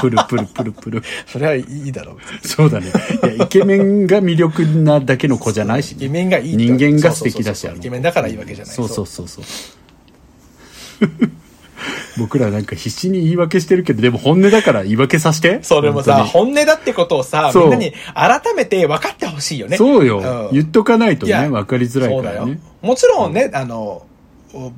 Speaker 3: プルプルプルプル。
Speaker 2: それはいいだろう。
Speaker 3: (laughs) そうだね。いや、イケメンが魅力なだけの子じゃないし、
Speaker 2: イケメンがいいって
Speaker 3: 人間が素敵だし、
Speaker 2: そうそうそうそう
Speaker 3: あの
Speaker 2: イケメンだからいいわけじゃない
Speaker 3: そうそうそうそう。 (laughs) 僕らなんか必死に言い訳してるけど、でも本音だから言い訳させて。
Speaker 2: それもさ、
Speaker 3: 本
Speaker 2: 本音だってことをさ、
Speaker 3: そう
Speaker 2: みんなに改めて分かってほしいよ
Speaker 3: 当に
Speaker 2: ね。
Speaker 3: そうよ。
Speaker 2: うん
Speaker 3: 言っとかないと
Speaker 2: いや
Speaker 3: ね、わかりづらいから
Speaker 2: そうだ
Speaker 3: ね
Speaker 2: よ。。もちろんね、あの、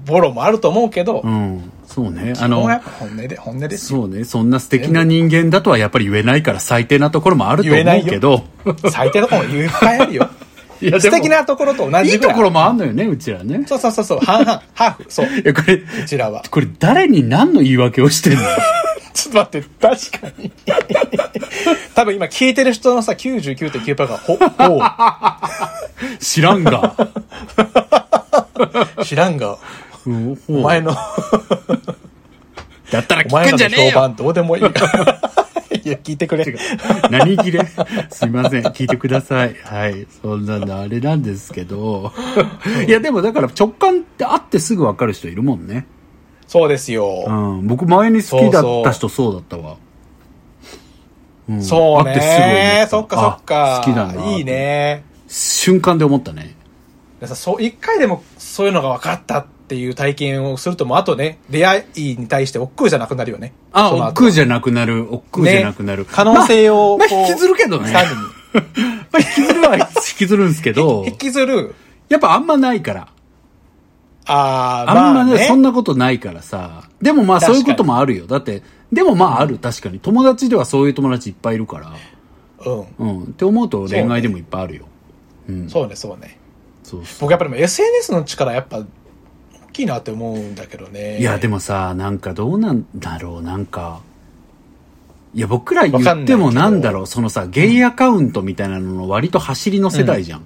Speaker 2: ボロもあると思うけど、
Speaker 3: うん。そうね。あ
Speaker 2: あの、
Speaker 3: の
Speaker 2: や、っぱ本音で、本音ですよ。
Speaker 3: そうね。そんな素敵な人間だとはやっぱり言えないから最低なところもあると
Speaker 2: 言えない
Speaker 3: 思う
Speaker 2: よ
Speaker 3: けど。
Speaker 2: 最低のところいっぱいあるよ。
Speaker 3: (laughs) いやでも
Speaker 2: 素敵なところと同
Speaker 3: い
Speaker 2: じ
Speaker 3: い
Speaker 2: ぐ
Speaker 3: と
Speaker 2: らい。
Speaker 3: ころもあんのよね、うちらね。
Speaker 2: そうそうそうそう、半々、ハーフ、そう。
Speaker 3: いや、これ、
Speaker 2: こちらは。
Speaker 3: これ誰に何の言い訳
Speaker 2: (laughs)
Speaker 3: をしてんの
Speaker 2: ちょっと待って、確か
Speaker 3: (laughs)
Speaker 2: に。多分今聞いてる人のさ、99.9%が、ほ、ほ
Speaker 3: 知ら
Speaker 2: (laughs)
Speaker 3: んが。
Speaker 2: う、知らんが、
Speaker 3: うん
Speaker 2: お前の、
Speaker 3: だったら
Speaker 2: お前
Speaker 3: 聞くん
Speaker 2: ら
Speaker 3: じゃ
Speaker 2: の
Speaker 3: ねえ
Speaker 2: 評
Speaker 3: よ
Speaker 2: 判どうで
Speaker 3: (laughs)
Speaker 2: もいい。いや、聞いてくれ。
Speaker 3: 何切れすいません。聞いてください。はい。そんなのあれなんですけど。いや、でもだから直感ってあってすぐ分かる人いるもんね。
Speaker 2: そうです
Speaker 3: う
Speaker 2: よ。
Speaker 3: ん。僕前に好きだった人そうだったわ。うん
Speaker 2: そう
Speaker 3: 会ってすぐ思
Speaker 2: ね
Speaker 3: た
Speaker 2: そっかそっ
Speaker 3: あ
Speaker 2: か。
Speaker 3: 好きだな。
Speaker 2: いい。ね。
Speaker 3: 瞬間で思ったね。
Speaker 2: でさそう、一回でもそういうのが分かったっていう体験をすると、もうあとね、出会いに対して億劫じゃなくなるよね。
Speaker 3: あ、
Speaker 2: その後
Speaker 3: 億劫じゃなくなる。億劫じゃなくなる。
Speaker 2: ね可能性を
Speaker 3: まあ
Speaker 2: こう
Speaker 3: まあ引きずるけどね。
Speaker 2: 掴みに
Speaker 3: まあ引きずるは引きずるんですけど、
Speaker 2: 引きずる。
Speaker 3: やっぱあんまないから。
Speaker 2: あー、
Speaker 3: あんま
Speaker 2: ね
Speaker 3: ね、そんなことないからさ。でもまあ
Speaker 2: 確
Speaker 3: そ
Speaker 2: か
Speaker 3: うい
Speaker 2: に
Speaker 3: うこともあるよ。だって、でもまあある、確かに。友達ではそういう友達いっぱいいるから。
Speaker 2: う
Speaker 3: うん。って思うと
Speaker 2: そうね
Speaker 3: 恋愛でもいっぱいあるよ。
Speaker 2: ん。そうね、そうね。
Speaker 3: そうそう。
Speaker 2: 僕やっぱりでも SNS の力やっぱ大きいなって思うんだけどね。
Speaker 3: いや、で
Speaker 2: も。
Speaker 3: もさ、なんかどうなんだろう、なんか。いや、僕ら
Speaker 2: わかん
Speaker 3: 言
Speaker 2: ない
Speaker 3: っ
Speaker 2: け
Speaker 3: て
Speaker 2: ど
Speaker 3: もなんだろう、そのさ、ゲイアカウントみたいなのの割と走りの世代じゃん。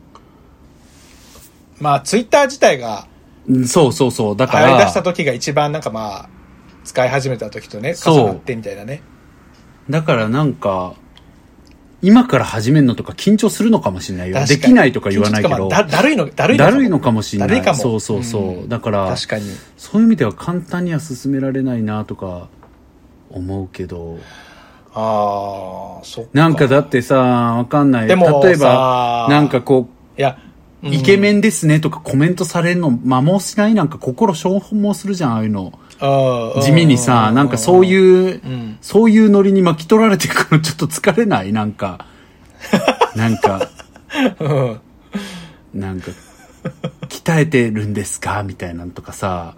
Speaker 2: まあ、ツイッター自体が
Speaker 3: うんそうそうそう。だ
Speaker 2: 流
Speaker 3: か
Speaker 2: 行
Speaker 3: ら。
Speaker 2: り出した時が一番なんかまあ、使い始めた時とね、
Speaker 3: そう
Speaker 2: 重なってみたいなね。
Speaker 3: だからなんか、今から始めるのとか緊張するのかもしれないよ。
Speaker 2: 確か
Speaker 3: で
Speaker 2: に
Speaker 3: きないとか言わないけ
Speaker 2: 緊張
Speaker 3: ど。
Speaker 2: とかまあだだるいの、だるい
Speaker 3: だるいのかもしれ
Speaker 2: だ
Speaker 3: な
Speaker 2: るいか
Speaker 3: い。
Speaker 2: も
Speaker 3: そうそうそう。
Speaker 2: うん
Speaker 3: だから、
Speaker 2: 確かに。
Speaker 3: そういう意味では簡単には進められないなとか思うけど。
Speaker 2: ああ、そっか。
Speaker 3: なんかだってさ、わかんない。
Speaker 2: でも
Speaker 3: 例え
Speaker 2: さ
Speaker 3: ば、なんかこう、
Speaker 2: いや、
Speaker 3: イケメ
Speaker 2: ン。
Speaker 3: ンですねとかコメントされるの摩耗しないなんか心消耗するじゃん、ああいうの。
Speaker 2: うん
Speaker 3: 地味にさ、なんかそう
Speaker 2: う。
Speaker 3: いう、
Speaker 2: ん
Speaker 3: そういうノリに巻き取られていくのちょっと疲れないな
Speaker 2: (laughs)
Speaker 3: んか、なんか、
Speaker 2: うん
Speaker 3: なんか、鍛えてるんですかみたいなのとかさ、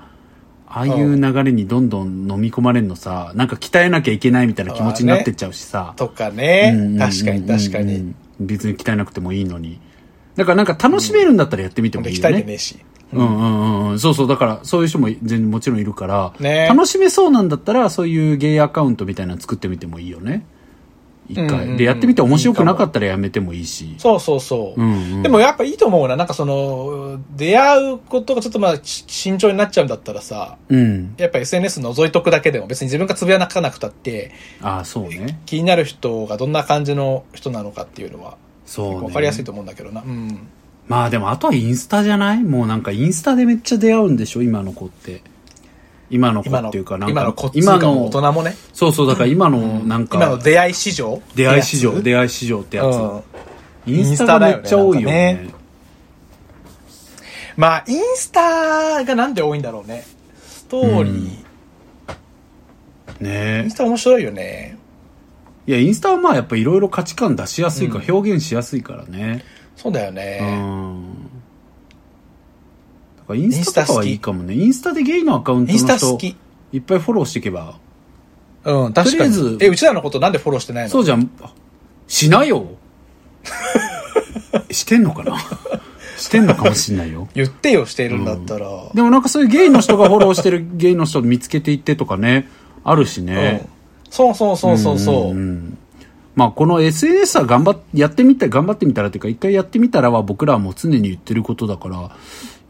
Speaker 3: ああいう流れにどんどん飲み込まれるのさ、なんか鍛えなきゃいけないみたいな気持ちになってっちゃうしさ。
Speaker 2: とかね
Speaker 3: うんうんうん。うん
Speaker 2: 確かに確かに。。
Speaker 3: 別に鍛えなくてもいいのに。だからなんか楽しめるんだったらやってみて
Speaker 2: ほん
Speaker 3: も
Speaker 2: で、
Speaker 3: いい
Speaker 2: 鍛
Speaker 3: よ
Speaker 2: えて
Speaker 3: ね。
Speaker 2: ねえし。
Speaker 3: うんうんうんうん。そうそう。だから、そういう人も全然もちろんいるから、
Speaker 2: ね
Speaker 3: 楽しめそうなんだったら、そういうゲイアカウントみたいなの作ってみてもいいよね。一回。
Speaker 2: うんうんうん
Speaker 3: で、やってみて面白くなかったらやめてもいいし。
Speaker 2: そうそうそう。
Speaker 3: うんうん
Speaker 2: でもやっぱいいと思うな。なんかその、出会うことがちょっとまあし慎重になっちゃうんだったらさ、
Speaker 3: うん。
Speaker 2: やっぱ SNS 覗いとくだけでも別に自分がつぶやかなくたって、
Speaker 3: ああ、そうね。
Speaker 2: 気になる人がどんな感じの人なのかっていうのは、
Speaker 3: そうね。
Speaker 2: わかりやすいと思うんだけどな。うん。
Speaker 3: まあでも、あとはインスタじゃないもうなんかインスタでめっちゃ出会うんでしょ今の子って。今の子
Speaker 2: 今
Speaker 3: っ
Speaker 2: の、
Speaker 3: ていうか、
Speaker 2: 今
Speaker 3: なんか。
Speaker 2: のこっちかも大人もね、
Speaker 3: そうそう、だから今のなんか、
Speaker 2: 今の出会い市場
Speaker 3: 出会い市場、
Speaker 2: 出
Speaker 3: 出会い市場ってやつ。
Speaker 2: うん。
Speaker 3: インスタがめっちゃ多
Speaker 2: イ
Speaker 3: いよ
Speaker 2: ンスタだよねなん
Speaker 3: ね。
Speaker 2: まあ、インスタがなんで多いんだろうね。ストーリー。イ
Speaker 3: ね
Speaker 2: ンスタ面白いよね。
Speaker 3: いや、インスタはまあやっぱいろいろ価値観出しやすいから、
Speaker 2: う
Speaker 3: 表現しやすいからね。
Speaker 2: そうだよ
Speaker 3: う
Speaker 2: ね。
Speaker 3: ん。だからインスタとかはいいかもね。インスタでゲイのアカウント
Speaker 2: インス
Speaker 3: の
Speaker 2: タ好
Speaker 3: 人、
Speaker 2: き。
Speaker 3: いっぱいフォローしていけば。
Speaker 2: うん、確
Speaker 3: と
Speaker 2: か
Speaker 3: りあえ
Speaker 2: に
Speaker 3: ず。
Speaker 2: え、うちらのことなんでフォローしてないの
Speaker 3: そうじゃん。あし
Speaker 2: (laughs)
Speaker 3: なよしてんのかなしてんのかもしんないよ。
Speaker 2: 言ってよしているんだったら。
Speaker 3: でもなんかそういうゲイの人がフォローしてるゲイの人見つけていってとかね、あるし
Speaker 2: うん
Speaker 3: ね。。
Speaker 2: そうそうそうそうそうう。
Speaker 3: んまあこの SNS は頑張っ、やってみた、頑張ってみたらっていうか、一回やってみたらは僕らはもう常に言ってることだから、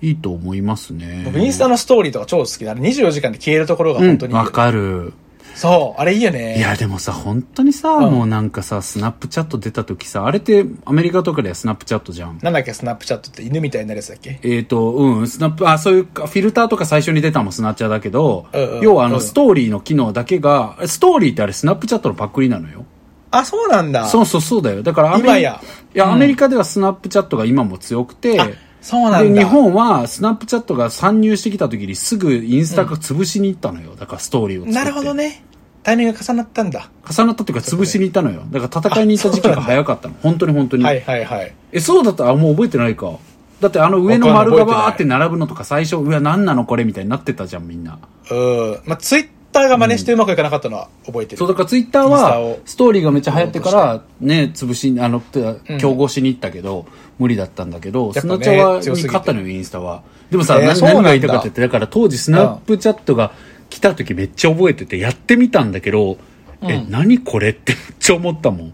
Speaker 3: いいと思いますね。
Speaker 2: 僕インスタのストーリーとか超好きだね。24時間で消えるところが
Speaker 3: うん
Speaker 2: 本当にいいよ
Speaker 3: わかる。
Speaker 2: そう、あれいいよね。
Speaker 3: いや、でもさ、本当にさ、
Speaker 2: うん
Speaker 3: もうなんかさ、スナップチャット出た時さ、あれってアメリカとかではスナップチャットじゃん。
Speaker 2: なんだっけ、スナップチャットって犬みたいになるやつだっけ
Speaker 3: えっ、と、うん、スナップ、あ、そういうか、フィルターとか最初に出たのもスナッチャーだけど、
Speaker 2: うんうん
Speaker 3: 要はあ
Speaker 2: う
Speaker 3: の、
Speaker 2: ん
Speaker 3: ストーリーの機能だけが、ストーリーってあれスナップチャットのパックリなのよ。
Speaker 2: あ、そうなんだ。
Speaker 3: そうそうそうだよ。だからアメリ
Speaker 2: 今や
Speaker 3: いや、アメリカではスナップチャットが今も強くて、
Speaker 2: あそうなんだ。
Speaker 3: で、日本はスナップチャットが参入してきた時にすぐインスタが潰しに行ったのよ。だからストーリーを作って。
Speaker 2: なるほど。ね。タイミングが重なったんだ。
Speaker 3: 重なったというか潰しに行ったのよ。だから戦いに行った時期が早かったの。本当に本当に。
Speaker 2: はいはいはい。
Speaker 3: え、そうだったらもう覚えてないか。だってあの上の丸がバーって並ぶのとか最初、うわ、何なのこれみたいになってたじゃん、みんな。
Speaker 2: うん。まあ、ツイッターが真似してうまくいかなかったのは覚えてる。
Speaker 3: そう、だからツイッター
Speaker 2: インスタを
Speaker 3: は、ストーリーがめっちゃ流行ってから、ね、潰しに、あの、て競合しに行ったけど、無理だったんだけど、
Speaker 2: やっぱ
Speaker 3: ス
Speaker 2: ね
Speaker 3: ナチャワに
Speaker 2: 強すぎて
Speaker 3: 勝ったのよ、インスタは。でもさ、
Speaker 2: えー
Speaker 3: な
Speaker 2: そうなんだ
Speaker 3: 何が言いたかったって、だから当時スナップチャットが来た時めっちゃ覚えてて、やってみたんだけど、え、何これってめっ (laughs) ちゃ思ったもん。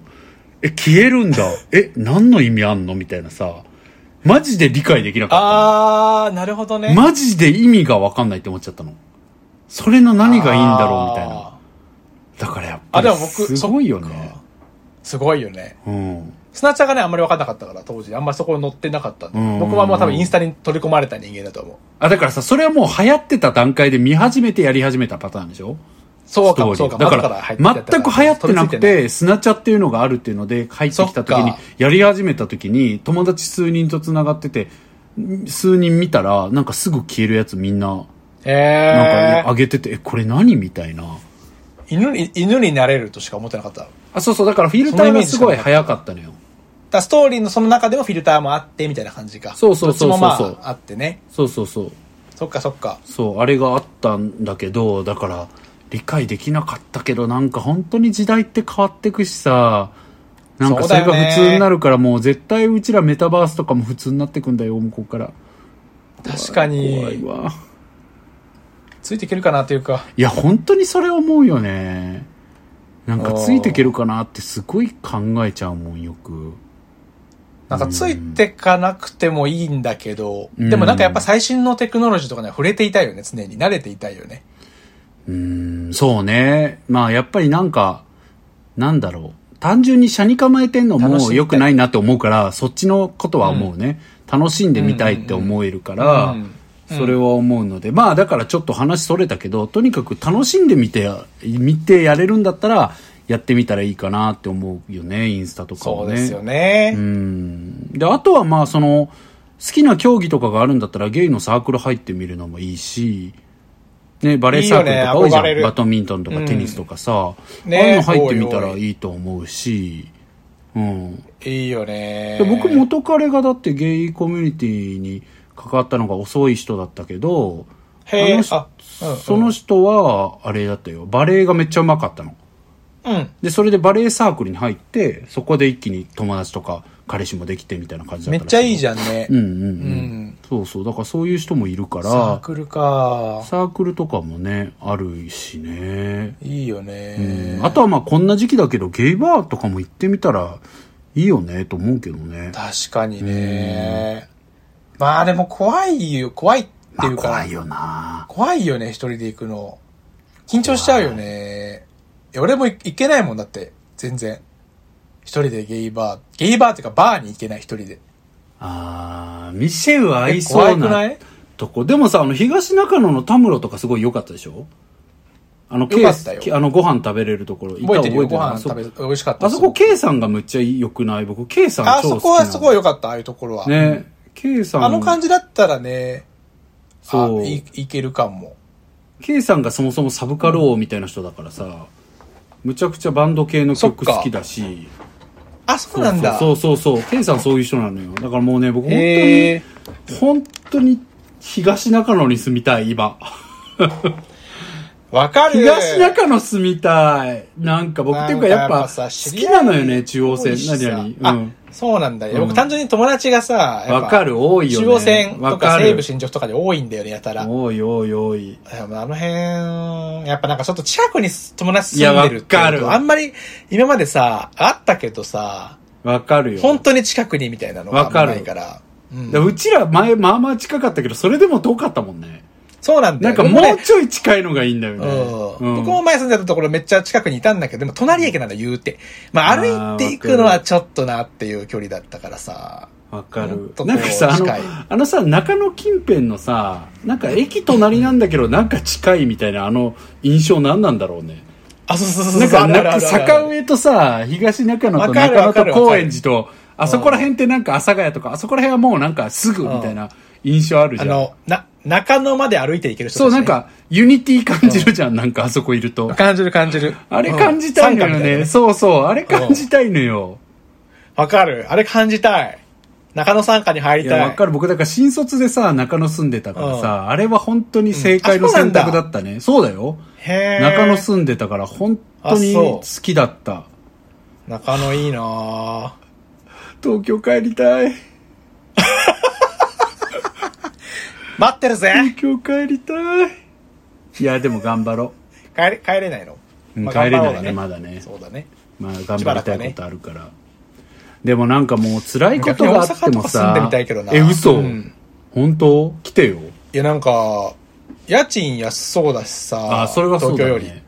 Speaker 3: え、消えるんだ。え、何の意味あんのみたいなさ、マジで理解できなかったの。
Speaker 2: あー、なるほどね。
Speaker 3: マジで意味がわかんないって思っちゃったの。それの何がいいんだろうみたいな。
Speaker 2: あ
Speaker 3: だからやっぱ
Speaker 2: あで
Speaker 3: り
Speaker 2: も僕
Speaker 3: すごいよ
Speaker 2: ー。
Speaker 3: ね。
Speaker 2: すごいよね。
Speaker 3: うん。
Speaker 2: スナッチャーがね、あんまり分かんなかったから、当時。あんまりそこに乗ってなかったんで
Speaker 3: うん
Speaker 2: 僕はもう多分インスタに取り込まれた人間だと思う。
Speaker 3: あ、だからさ、それはもう流行ってた段階で見始めてやり始めたパターンでしょ
Speaker 2: そうか
Speaker 3: ストーリ
Speaker 2: も、
Speaker 3: ー
Speaker 2: そうかも。
Speaker 3: だか
Speaker 2: 後
Speaker 3: ら、
Speaker 2: 入ってた
Speaker 3: 全く流行ってなく
Speaker 2: 取り付い
Speaker 3: て、スナチャっていうのがあるっていうので、入ってきた時に
Speaker 2: そっか、
Speaker 3: やり始めた時に、友達数人と繋がってて、数人見たら、なんかすぐ消えるやつみんな、
Speaker 2: て
Speaker 3: なん
Speaker 2: ないえ
Speaker 3: か上げてて、え、これ何みたいな。
Speaker 2: ー、犬に、犬になれるとしか思ってなかった。だか
Speaker 3: あ、そうそう、だからフィルターがすごい早かったのよ。
Speaker 2: らストーリーのその中でもフィルターもあって、みたいな感じか。
Speaker 3: そうそうそうそうそう
Speaker 2: どっちもまあ、あってね。
Speaker 3: そうそうそう。
Speaker 2: そっかそっか。
Speaker 3: そう、あれがあったんだけど、だから、理解できなかったけど、なんか本当に時代って変わってくしさ、なんか
Speaker 2: そう
Speaker 3: そ
Speaker 2: だ
Speaker 3: れ
Speaker 2: よね
Speaker 3: が普通になるから、もう絶対うちらメタバースとかも普通になってくんだよ、向こうから。
Speaker 2: 確か
Speaker 3: 怖い
Speaker 2: に、
Speaker 3: わ。
Speaker 2: ついていけるかなというか。
Speaker 3: いや、本当にそれ思うよね。なんかついていけるかなってすごい考えちゃうもん、よく。
Speaker 2: なんかついてかなくてもいいんだけど、
Speaker 3: うん
Speaker 2: でもなんかやっぱ最新のテクノロジーとかには触れていたいよね、常に。慣れていたいよね。
Speaker 3: うーん、そうね。まあ、やっぱりなんか、なんだろう。単純に車に構えてんの
Speaker 2: 楽しみ
Speaker 3: も
Speaker 2: たい
Speaker 3: 良くないなって思うから、そっちのことは思うね。楽しんでみたいって思えるから、
Speaker 2: うん
Speaker 3: それは思うので、まあだからちょっと話それたけど、とにかく楽しんでみて、見てやれるんだったら、やってみたらいいかなって思うよね、インスタとか
Speaker 2: そ
Speaker 3: はね。
Speaker 2: うですよね。
Speaker 3: うん。で、あとはまあその、好きな競技とかがあるんだったらゲイのサークル入ってみるのもいいし、ね、バレーサークルとか多いじゃ
Speaker 2: いいよね憧れ
Speaker 3: ん。
Speaker 2: る
Speaker 3: バドミントンとかテニスとかさ、
Speaker 2: うんね
Speaker 3: ああいうの入って
Speaker 2: 多
Speaker 3: みた
Speaker 2: い
Speaker 3: ら
Speaker 2: 多い
Speaker 3: いいと思うし、うん。
Speaker 2: いいよね。
Speaker 3: で僕、元彼がだってゲイコミュニティに関わったのが遅い人だったけど、
Speaker 2: へ
Speaker 3: あ
Speaker 2: え
Speaker 3: の、
Speaker 2: あ、うん、
Speaker 3: その人は、あれだったよ。バレエがめっちゃうまかったの。
Speaker 2: うん。
Speaker 3: で、それでバレエサークルに入って、そこで一気に友達とか彼氏もできてみたいな感じだ
Speaker 2: め
Speaker 3: った
Speaker 2: っちゃいいじ
Speaker 3: ゃん。
Speaker 2: ゃんね。
Speaker 3: うんうんうん。
Speaker 2: うん
Speaker 3: そうそう。だからそういう人もいるか
Speaker 2: サー
Speaker 3: ら、
Speaker 2: クルか。
Speaker 3: サークルとかもね、あるしね。
Speaker 2: いいよね
Speaker 3: うん。あとはまあこんな時期だけど、ゲイバーとかも行ってみたらいいよね、と思うけどね。
Speaker 2: 確かにね。まあでも怖いよ、怖いって
Speaker 3: ま
Speaker 2: い
Speaker 3: あ
Speaker 2: うか、
Speaker 3: 怖いよな
Speaker 2: 怖いよね、一人で行くの。緊張しちゃうよね。いや俺も行けないもんだって、全然。一人でゲイバー、ゲイバーっていうかバーに行けない、一人で。
Speaker 3: あーミシェウ合い
Speaker 2: え
Speaker 3: そ
Speaker 2: 怖
Speaker 3: う
Speaker 2: くな
Speaker 3: ないとこ。でもさ、あの、東中野の田室とかすごい良かったでしょあの、
Speaker 2: 良かったよ
Speaker 3: ケイあの、ご飯食べれるところ。行った
Speaker 2: 覚えてるよ、
Speaker 3: 覚
Speaker 2: ご飯
Speaker 3: えてる
Speaker 2: 食べ、美味しかった
Speaker 3: あ
Speaker 2: です。
Speaker 3: そこ、K さんがむっちゃ良くない僕、K さん
Speaker 2: あ
Speaker 3: 超好きなの
Speaker 2: そこはすごい良かった、ああいうところは。
Speaker 3: ね。K さん。
Speaker 2: あの感じだったらね、
Speaker 3: そう
Speaker 2: あいいけるかも。
Speaker 3: K さんがそもそもサブカル王みたいな人だからさ、むちゃくちゃバンド系の曲
Speaker 2: そっか
Speaker 3: 好きだし。
Speaker 2: あ、そうなんだ。
Speaker 3: そうそうそうそう。K さんそういう人なのよ。だからもうね、僕本当に、
Speaker 2: へえ
Speaker 3: 本当に東中野に住みたい、今。
Speaker 2: わかる
Speaker 3: 東中野住みたい。なんか僕っていうかやっぱ好きなのよね、中央線。何
Speaker 2: あ、
Speaker 3: 々。うん。
Speaker 2: そうなんだよ。
Speaker 3: う
Speaker 2: 僕
Speaker 3: ん
Speaker 2: 単純に友達がさ、やっぱ
Speaker 3: わかる多いよね
Speaker 2: 中央線と
Speaker 3: わ
Speaker 2: か
Speaker 3: かる
Speaker 2: 西武新宿とかで多いんだよね、やたら。でも
Speaker 3: おいおいおい。
Speaker 2: あの辺、やっぱなんかちょっと近くに友達住んでるって
Speaker 3: いやわか
Speaker 2: いうと
Speaker 3: る
Speaker 2: あんまり今までさ、あったけどさ、
Speaker 3: わかるよ。
Speaker 2: 本当に近くにみたいなのがあんまないから。うん
Speaker 3: でうちら前、まあまあ近かったけど、それでも遠かったもんね。
Speaker 2: そうなんだ
Speaker 3: な
Speaker 2: よ
Speaker 3: んか
Speaker 2: 僕
Speaker 3: も
Speaker 2: ね
Speaker 3: うちょい近いのがいいんだよね。
Speaker 2: うん
Speaker 3: うん
Speaker 2: 僕も前住んでたところめっちゃ近くにいたんだけど、でも隣駅なんだ言うて。まあ
Speaker 3: あ
Speaker 2: 歩
Speaker 3: ー
Speaker 2: いていくのはちょっとなっていう距離だったからさ。
Speaker 3: わ
Speaker 2: ほ
Speaker 3: か
Speaker 2: ん
Speaker 3: る
Speaker 2: と。こう
Speaker 3: なんかさ、あの
Speaker 2: 近い、
Speaker 3: あのさ、中野近辺のさ、なんか駅隣なんだけど、なんか近いみたいな、あの印象何なんだろうね。
Speaker 2: あ、そうそうそう
Speaker 3: なん
Speaker 2: そう。
Speaker 3: か、
Speaker 2: あるあるあ
Speaker 3: 中
Speaker 2: る
Speaker 3: 坂上とさ、東中野と
Speaker 2: わかる
Speaker 3: 中
Speaker 2: わ
Speaker 3: 野
Speaker 2: か
Speaker 3: と
Speaker 2: る
Speaker 3: 高円寺と、あそこら辺ってなんか阿佐ヶ谷とか、あそこら辺はもうなんかすぐみたいな印象あるじ
Speaker 2: あ
Speaker 3: ゃん。
Speaker 2: の、な、中野まで歩いていける人
Speaker 3: そう、
Speaker 2: たちね
Speaker 3: なん。か、ユニティ感じるじゃん、なんかあそこいると。
Speaker 2: 感じる感じる。
Speaker 3: あれ感じたいの
Speaker 2: うん参
Speaker 3: よ
Speaker 2: 加みたいな
Speaker 3: ね。そうそう、あれ感じたいのよ。
Speaker 2: わかる。あれ感じたい。中野参加に入
Speaker 3: い
Speaker 2: り
Speaker 3: や、
Speaker 2: た
Speaker 3: わ
Speaker 2: い。
Speaker 3: かる。僕、だから新卒でさ、中野住んでたからさ、あれは本当に正解の
Speaker 2: うんあそうなん
Speaker 3: 選
Speaker 2: だ
Speaker 3: 択だったね。そうだよ。
Speaker 2: へー
Speaker 3: 中野住んでたから本当に
Speaker 2: あ
Speaker 3: 好
Speaker 2: そう
Speaker 3: きだった。
Speaker 2: 中野いいなぁ。
Speaker 3: 東京帰りたい。
Speaker 2: 待ってるぜ
Speaker 3: 東京帰りたい。いや、でも頑張ろ
Speaker 2: 帰れ、帰れないの、
Speaker 3: う。うん
Speaker 2: まあ
Speaker 3: 帰れない
Speaker 2: 頑張ろう
Speaker 3: ね、まだね。
Speaker 2: そうだね。
Speaker 3: まあ、頑張りたいことあるから。でもなんかもう辛いこと
Speaker 2: 逆に
Speaker 3: があ
Speaker 2: 大
Speaker 3: って
Speaker 2: 阪と
Speaker 3: も
Speaker 2: か住ん
Speaker 3: さ
Speaker 2: でみたいけど。な
Speaker 3: え、嘘、
Speaker 2: うん
Speaker 3: 本当来てよ。
Speaker 2: いや、なんか、家賃安そうだしさ。
Speaker 3: あ、それはそうだ、ね。
Speaker 2: 東京より。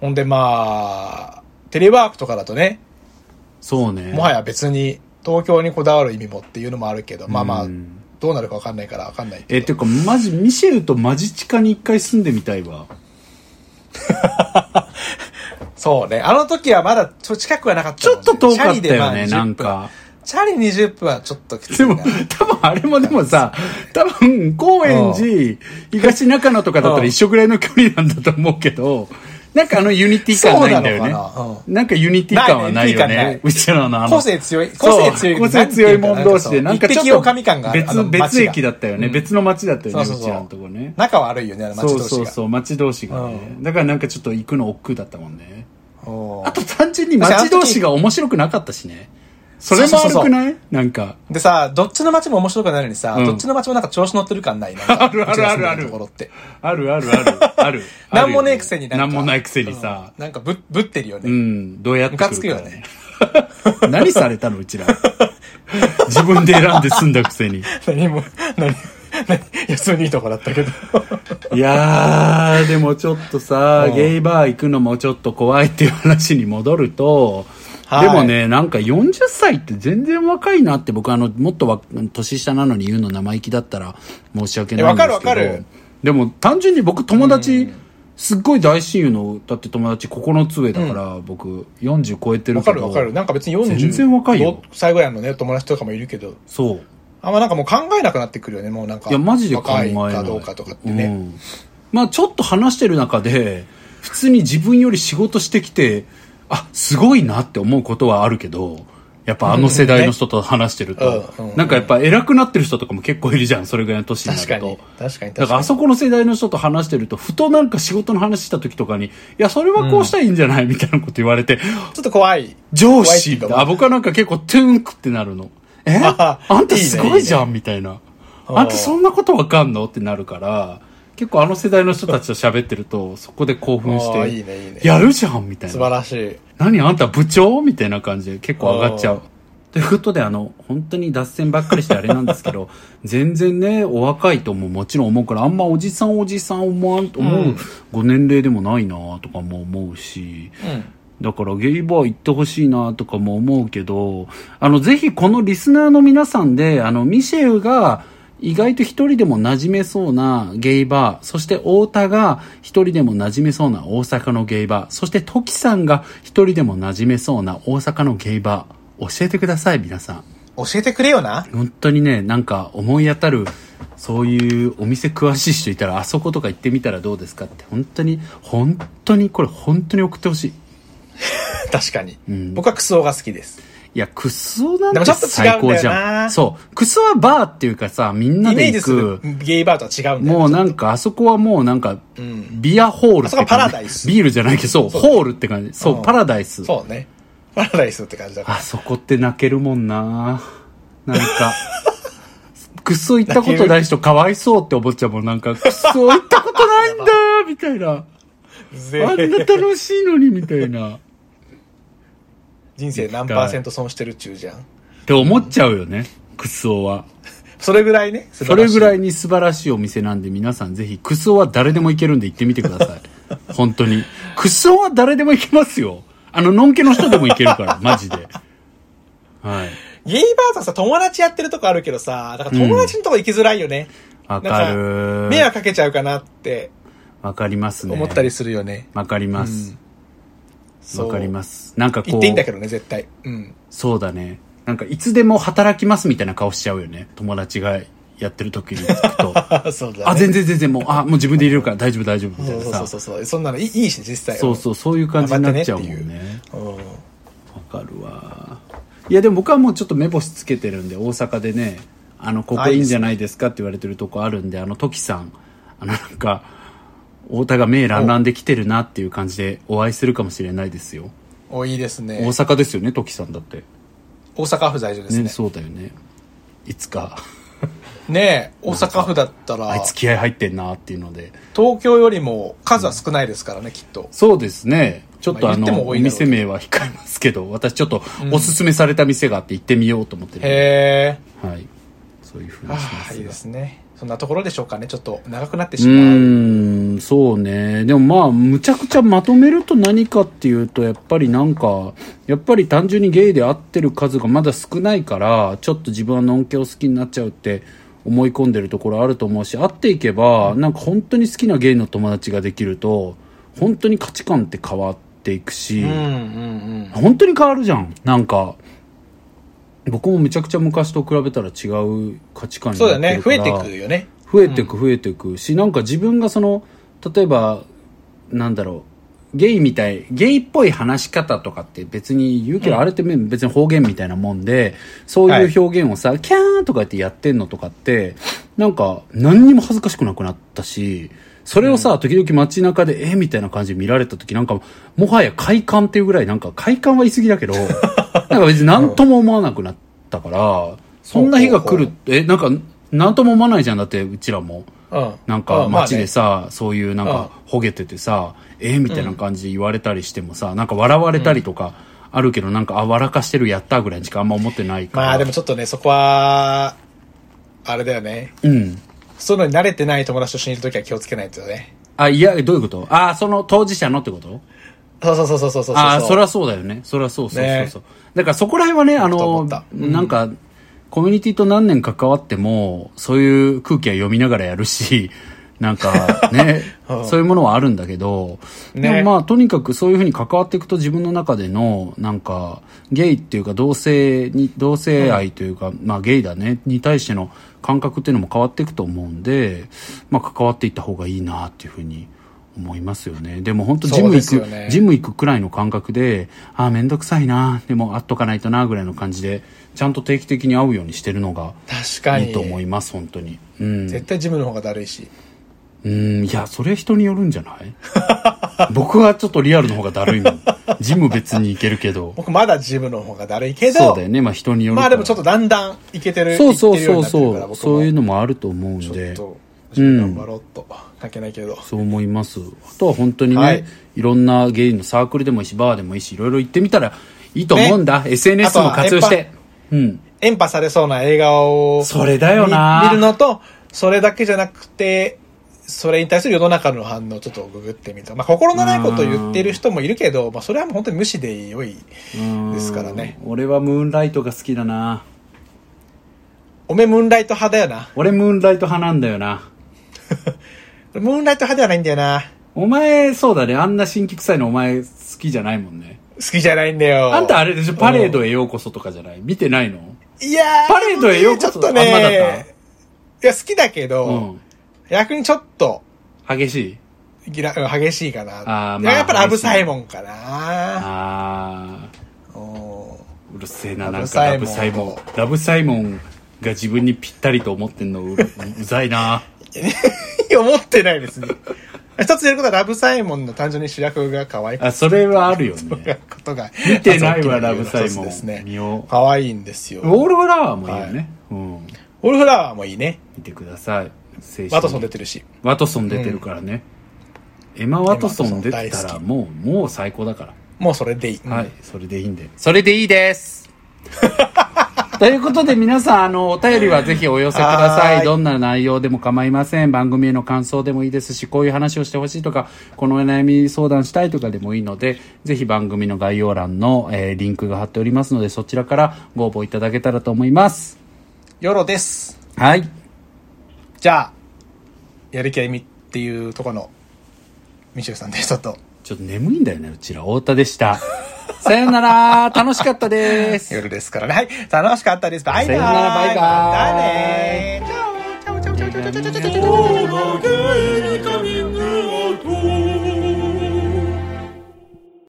Speaker 2: ほんでまあ、テレワークとかだとね、
Speaker 3: そうね。
Speaker 2: もはや別に東京にこだわる意味もっていうのもあるけど、まあまあ
Speaker 3: うん、
Speaker 2: どうなるかわかんないからわかんない
Speaker 3: え
Speaker 2: け
Speaker 3: て
Speaker 2: ど。
Speaker 3: かマジミシェルとマジ地下に一回住んでみたいわ
Speaker 2: そうね。あの時はまだちょ近くはなかった
Speaker 3: ちょ
Speaker 2: もん
Speaker 3: っ
Speaker 2: ね、
Speaker 3: と遠か
Speaker 2: チャ
Speaker 3: ったよね
Speaker 2: リでまあ20
Speaker 3: なんか
Speaker 2: チャリ20分はちょっときつ
Speaker 3: で
Speaker 2: い
Speaker 3: も
Speaker 2: な。
Speaker 3: 多分あれもでもさ多分高円寺東中野とかだった
Speaker 2: う
Speaker 3: ら
Speaker 2: ん
Speaker 3: 一緒ぐらいの距離なんだと思うけどなんかあのユニティ感ないんだよね
Speaker 2: そう
Speaker 3: な
Speaker 2: なのかなうん
Speaker 3: んかユニティ感はないよ
Speaker 2: ないねユニティ感な
Speaker 3: ね
Speaker 2: いう
Speaker 3: ちらのあの
Speaker 2: (laughs) 個性強い、
Speaker 3: そ
Speaker 2: 個
Speaker 3: う
Speaker 2: 性強い。
Speaker 3: 個性強い者同士で、なんかち
Speaker 2: 一
Speaker 3: ょっ
Speaker 2: 匹
Speaker 3: と
Speaker 2: 狼感がある。
Speaker 3: 別、別駅だったよね。
Speaker 2: うん
Speaker 3: 別の町だったよね、
Speaker 2: そううそう
Speaker 3: ち
Speaker 2: そう
Speaker 3: らのとこね。
Speaker 2: 仲悪いよね、あの町
Speaker 3: そう
Speaker 2: 同士が。
Speaker 3: そうそう、町同士がね。だからなんかちょっと行くの億劫だったもんね。
Speaker 2: おー
Speaker 3: あと単純に街同士が面白くなかったしね。それも
Speaker 2: そうそう
Speaker 3: 悪
Speaker 2: そう
Speaker 3: くないなんか。
Speaker 2: でさ、どっちの街も面白くないのにさ、
Speaker 3: うん
Speaker 2: どっちの街もなんか調子乗ってる感ないなんか
Speaker 3: (laughs) あるあるあるある
Speaker 2: うちら住んでところって。
Speaker 3: あるあるある。 (laughs) ある。
Speaker 2: なんもねえくせになん
Speaker 3: な
Speaker 2: か。
Speaker 3: んもないくせにさ。
Speaker 2: うんなんかぶ、ぶってるよ
Speaker 3: う
Speaker 2: ね。
Speaker 3: ん。どうやって
Speaker 2: ム
Speaker 3: くる
Speaker 2: カ
Speaker 3: か
Speaker 2: つくよね。。
Speaker 3: (laughs) 何されたのうちら。自分で選んで済んだくせに。
Speaker 2: 何も、 (laughs) 何、何、いや、普通にいいとこだった
Speaker 3: (laughs)
Speaker 2: けど。
Speaker 3: いやー、でもちょっとさ
Speaker 2: う、ん
Speaker 3: ゲイバー行くのもちょっと怖いっていう話に戻ると、
Speaker 2: はい
Speaker 3: でもね、なんか40歳って全然若いなって僕あの、もっとわ年下なのに言うの生意気だったら申し訳ないんで
Speaker 2: えわか
Speaker 3: すけど。
Speaker 2: るわかる
Speaker 3: でも単純に僕友達、すっごい大親友の、だって友達9つ上だから、僕40超えてる
Speaker 2: わ
Speaker 3: け
Speaker 2: か
Speaker 3: ど。
Speaker 2: るわかる。なんか別に40。
Speaker 3: 全然若いよ
Speaker 2: 歳ぐらいのね、友達とかもいるけど。
Speaker 3: そう。
Speaker 2: あんまなんかもう考えなくなってくるよね、もうなんか。
Speaker 3: いや、マジで考えない。
Speaker 2: 若いかどうかとかってね。
Speaker 3: うんまあ、ちょっと話してる中で、普通に自分より仕事してきて、あ、すごいなって思うことはあるけど、やっぱあの世代の人と話してると、
Speaker 2: うんうんね
Speaker 3: なんかやっぱ偉くなってる人とかも結構いるじゃん、それぐらいの年にな
Speaker 2: 確か
Speaker 3: る
Speaker 2: に
Speaker 3: と。。
Speaker 2: 確かに確かに。
Speaker 3: だからあそこの世代の人と話してると、ふとなんか仕事の話した時とかに、いや、それはこうしたらいいんじゃない、みたいなこと言われて、
Speaker 2: ちょっと怖い。怖い
Speaker 3: 上
Speaker 2: ってい
Speaker 3: 司
Speaker 2: うか
Speaker 3: あ、僕はなんか結構トゥンクってなるの。えあ
Speaker 2: あ
Speaker 3: んたすごいじゃん
Speaker 2: い
Speaker 3: みたいな。
Speaker 2: ー
Speaker 3: あんたそんなことわかんのってなるから、結構あの世代の人たちと喋ってると、そこで興奮し
Speaker 2: あ
Speaker 3: て、
Speaker 2: ーいいねいいね
Speaker 3: やるじゃんみたい
Speaker 2: 素晴
Speaker 3: な。
Speaker 2: らしい。
Speaker 3: 何あんた部長みたいな感じで結構上がっち
Speaker 2: あ
Speaker 3: ゃう。ということで、あの、本当に脱線ばっかりしてあれなんですけ (laughs) ど、全然ね、お若いとももちろん思うから、あんまおじさんおじさん思わん、思ううご年齢でもないなとかも思うし、
Speaker 2: うん。
Speaker 3: だからゲイバー行ってほしいなとかも思うけど、あの、ぜひこのリスナーの皆さんで、あの、ミシェルが意外と一人でも馴染めそうなゲイバー、そして太田が一人でも馴染めそうな大阪のゲイバー、そしてトキさんが一人でも馴染めそうな大阪のゲイバー、教えてください、皆さん。
Speaker 2: 教えてくれよな。 (laughs)
Speaker 3: 本当にね、なんか思い当たる、そういうお店詳しい人いたら、あそことか行ってみたらどうですかって、本当に、本当に、これ本当に送ってほしい。
Speaker 2: 確かに。
Speaker 3: ん
Speaker 2: 僕はクソが好きです。
Speaker 3: いや、クスオなん
Speaker 2: で
Speaker 3: て
Speaker 2: もちょっと違うんだよな
Speaker 3: 最高じゃん。そう。クスオはバーっていうかさ、みんな
Speaker 2: イメ
Speaker 3: で
Speaker 2: ージ
Speaker 3: 行
Speaker 2: する
Speaker 3: く。
Speaker 2: ゲイバーとは違うんだよ。
Speaker 3: もうなんか、あそこはもうなんか、ビアホール
Speaker 2: あ
Speaker 3: って感じ。
Speaker 2: そこはパラダイス
Speaker 3: ビールじゃないけど、そう、ホールって感じ。そうう、
Speaker 2: ん
Speaker 3: パラダイス。
Speaker 2: そうね。パラダイスって感じだから。
Speaker 3: あそこって泣けるもんななんか、 (laughs) クソ行ったことない人かわいそうって思っちゃうもん。なんか、クソ行ったことないんだみたい
Speaker 2: (laughs)
Speaker 3: な。あんな楽しいのに、みたいな。っ
Speaker 2: 人生何パーセント損してるっちゅうじゃん。
Speaker 3: て思っちゃうよね、クスオは。
Speaker 2: それぐらいね。
Speaker 3: それぐら
Speaker 2: い。
Speaker 3: いに素晴らしいお店なんで皆さんぜひ、クスオは誰でも行けるんで行ってみてくだ
Speaker 2: (laughs)
Speaker 3: さい。本当に。クスオは誰でも行けますよ。あの、のんけの人でも行けるから、マジで。はい。
Speaker 2: ゲイバーとかさ、友達やってるとこあるけどさ、だから友達のとこ行きづらいよね。
Speaker 3: わかる
Speaker 2: なんか迷惑かけちゃうかなって
Speaker 3: わかりますね。
Speaker 2: 思ったりするよね。
Speaker 3: わかります。
Speaker 2: そ
Speaker 3: わ、
Speaker 2: う
Speaker 3: かります。なんかこう。
Speaker 2: 行っていいんだけどね、絶対。うん。
Speaker 3: そうだね。なんかいつでも働きますみたいな顔しちゃうよね。友達がやってる時に
Speaker 2: (laughs)
Speaker 3: 聞くと。
Speaker 2: あ、そうだ、ね。
Speaker 3: (laughs) あ、全然全然もう、あ、もう自分で入れるから大丈夫大丈夫みたいな
Speaker 2: そう
Speaker 3: さ。
Speaker 2: そう
Speaker 3: そ
Speaker 2: そううそう。そんなのいいいいし、実際。
Speaker 3: そうそう、いう感じになっちゃうもん
Speaker 2: 頑張って
Speaker 3: ね。
Speaker 2: うん。
Speaker 3: わかるわ。いやでも僕はもうちょっと目星つけてるんで、大阪でね、あの、ここいいんじゃないですかって言われてるとこあるんで、あの、トキさん、あの、なんか、太田が目ランランで来てるなっていう感じでお会いするかもしれないですよ。
Speaker 2: お、いいです
Speaker 3: 大
Speaker 2: ね。
Speaker 3: 阪ですよね、トキさんだって。
Speaker 2: 大阪府在住です
Speaker 3: ね、
Speaker 2: ね。
Speaker 3: そうだよね。いつか。
Speaker 2: ねえ、大阪府だったら
Speaker 3: あい、つ気合入ってんなっていうので。
Speaker 2: 東京よりも数は少ないですからね、きっと。
Speaker 3: そうですね。ちょっと
Speaker 2: まあ
Speaker 3: あの、
Speaker 2: 言っても
Speaker 3: お
Speaker 2: 多いだろうけ
Speaker 3: 店
Speaker 2: ど
Speaker 3: 名は控えますけど、私ちょっとおすすめされた店があって行ってみようと思ってるんで、
Speaker 2: へえ。
Speaker 3: はい。そういうふうにしま
Speaker 2: ああ、
Speaker 3: す
Speaker 2: いいで
Speaker 3: が。
Speaker 2: すね。そんなところでしょうかね。ちょっと長くなって
Speaker 3: う
Speaker 2: しまう。
Speaker 3: ーん、そうね。でもまあ、むちゃくちゃまとめると何かっていうと、やっぱりなんか、やっぱり単純にゲイで会ってる数がまだ少ないから、ちょっと自分はのんけを好きになっちゃうって思い込んでるところあると思うし、会っていけば、なんか本当に好きなゲイの友達ができると、本当に価値観って変わっていくし、
Speaker 2: うんうん
Speaker 3: 本当に変わるじゃん。なんか、僕もめちゃくちゃ昔と比べたら違う価値観
Speaker 2: うん。
Speaker 3: に
Speaker 2: そ
Speaker 3: な
Speaker 2: うだよ
Speaker 3: ってる
Speaker 2: ね。
Speaker 3: か
Speaker 2: 増
Speaker 3: ら
Speaker 2: えていくよね。
Speaker 3: 増えてく増えてくし、なんか自分がその例えばなんだろうゲイみたいゲイっぽい話し方とかって別に言うけど、あれって別に方言みたいなもんでそういう表現をさ、キャーンとか言ってやってんのとかってなんか何にも恥ずかしくなくなったしそれをさ、時々街中でえみたいな感じで見られた時なんかもはや快感っていうぐらいなんか快感は言い過ぎだ (laughs) けどなんか別に何とも思わなくなったからそんな日が来るえなんか何とも思わないじゃんだってうちらも。
Speaker 2: うん。
Speaker 3: なんか
Speaker 2: うんまあね
Speaker 3: 街でさ、そういうなんかほげててさ、えみたいな感じで言われたりしてもさ、なんか笑われたりとかあるけど、なんか、あ、笑かしてるやったぐらいにしかあんま思ってないから。
Speaker 2: まあでもちょっとね、そこは、あれだよね。
Speaker 3: うん。
Speaker 2: そういうのに慣れてない友達と一緒にいるときは気をつけないとね。
Speaker 3: あ、いや、どういうことあ、その当事者のってこと
Speaker 2: そうそうそうそうそうそう。
Speaker 3: ああ、そりゃそうだよね。そりゃそうそうそうそう。だからそこら辺はね、あ
Speaker 2: と思
Speaker 3: の
Speaker 2: った、うん
Speaker 3: なんか、コミュニティと何年関わっても、そういう空気は読みながらやるし、 (laughs) なんか
Speaker 2: (laughs)
Speaker 3: ね、そういうものはあるんだけど、
Speaker 2: ね
Speaker 3: でもまあ、とにかくそういうふうに関わっていくと自分の中での、なんか、ゲイっていうか同性に、同性愛というか、まあゲイだね、に対しての感覚っていうのも変わっていくと思うんで、まあ関わっていった方がいいなっていうふうに思いますよね。でも本当ジム行
Speaker 2: そう
Speaker 3: く、
Speaker 2: ですよね
Speaker 3: ジム行くくらいの感覚で、ああ、めんどくさいな、でも会っとかないとな、ぐらいの感じで、ちゃんと定期的に会うようにしてるのが
Speaker 2: 確かに。
Speaker 3: いいと思います、本当に。うん。
Speaker 2: 絶対ジムの方がだるいし。
Speaker 3: うん、いや、それ人によるんじゃない
Speaker 2: (laughs)
Speaker 3: 僕はちょっとリアルの方がだるいもん。ジム別に行けるけど。
Speaker 2: 僕まだジムの方がだるいけ
Speaker 3: そ
Speaker 2: ど
Speaker 3: うだ、よね、まあ人によるか
Speaker 2: ま
Speaker 3: ら
Speaker 2: あでもちょっとだんだんいけてる。
Speaker 3: そうそうそう
Speaker 2: いけてるよになってる
Speaker 3: そ
Speaker 2: から
Speaker 3: う、
Speaker 2: 僕
Speaker 3: そういう
Speaker 2: も
Speaker 3: のもあると思うん
Speaker 2: ちょ
Speaker 3: で
Speaker 2: っ。と、ジム頑張ろうと。関係ないけど。
Speaker 3: そう思います。あとは本当にね、
Speaker 2: はいい、
Speaker 3: ろんなゲイのサークルでもいいし、バーでもいいし、いろいろ行ってみたらいいと思うんだ。SNS も活用して。うん。
Speaker 2: エンパされそうな映画を、
Speaker 3: それだよな
Speaker 2: み見るのと、それだけじゃなくて、それに対する世の中の反応をちょっとググってみた。まあ、心のないことを言ってる人もいるけど、まあ、それはもう本当に無視でよい。ですからね
Speaker 3: うん。俺はムーンライトが好きだな。
Speaker 2: おめムーンライト派だよな。
Speaker 3: 俺ムーンライト派なんだよな。
Speaker 2: ムーンライト派ではないんだよな。
Speaker 3: お前、そうだね。あんな新規臭いのお前好きじゃないもんね。
Speaker 2: 好きじゃないんだよ。
Speaker 3: あんたあれでしょパレードへようこそとかじゃない見てないの
Speaker 2: いやー
Speaker 3: パレードへようこそ
Speaker 2: ちょっと
Speaker 3: あんまだっ
Speaker 2: ね、いや、好きだけ
Speaker 3: う
Speaker 2: ど、
Speaker 3: ん。
Speaker 2: 逆にちょっと、
Speaker 3: 激しい
Speaker 2: ギラうん激しいかな。
Speaker 3: あーまあ
Speaker 2: やっぱりアブサイモンかな。
Speaker 3: あー。
Speaker 2: うん
Speaker 3: うるせえな、
Speaker 2: ラ
Speaker 3: な
Speaker 2: ブ
Speaker 3: んか
Speaker 2: サ
Speaker 3: ラ
Speaker 2: イモ
Speaker 3: ブ
Speaker 2: ン
Speaker 3: サイモン。ラブサイモンが自分にぴったりと思ってんのうるうざいな。
Speaker 2: いや思ってないですね。一つ言えることはラブサイモンの単純に主役が可愛い
Speaker 3: あ、 (laughs) それはあるよ
Speaker 2: という
Speaker 3: ね。
Speaker 2: ことが。
Speaker 3: 見てない
Speaker 2: ま
Speaker 3: わ、
Speaker 2: ず大
Speaker 3: ラ
Speaker 2: き理由の
Speaker 3: ブサイ
Speaker 2: 一つ
Speaker 3: モ
Speaker 2: です
Speaker 3: ン。見
Speaker 2: ね。
Speaker 3: よ
Speaker 2: 可愛いんですよ。
Speaker 3: う。ウォールフラワーもいいよ
Speaker 2: は
Speaker 3: ね。うん。
Speaker 2: オールフラワーもいいね。
Speaker 3: 見てください。青春
Speaker 2: ワトソン出てるし。
Speaker 3: ワトソン出てるからね。エマ・ワトソン出
Speaker 2: エ
Speaker 3: て
Speaker 2: マワ
Speaker 3: た
Speaker 2: トソ
Speaker 3: ら
Speaker 2: ン大好き
Speaker 3: もう、もう最高だから。
Speaker 2: もうそれでいい。うん (laughs)
Speaker 3: はい、それでいいんで。それでいいです。ということで皆さん、あの、お便りはぜひお寄せくだ
Speaker 2: は
Speaker 3: さ
Speaker 2: ーい
Speaker 3: い。どんな内容でも構いません。番組への感想でもいいですし、こういう話をしてほしいとか、このお悩み相談したいとかでもいいので、ぜひ番組の概要欄の、えーリンクが貼っておりますので、そちらからご応募いただけたらと思います。
Speaker 2: ヨロです。
Speaker 3: はい。
Speaker 2: じゃあ、やる気あゆみっていうところの、ミシューさんでちょっと、
Speaker 3: ちょっと眠いんだよね、うちら。太田でした。さよなら。楽しかったです。
Speaker 2: 夜ですからね。はい。楽しかったです。バイバイ。
Speaker 3: さよならバイバイ
Speaker 2: またね。チャオチャオチャオチャオチャオチャオチャオチャオチャオチャオ
Speaker 4: 「おばけにカミングアウト」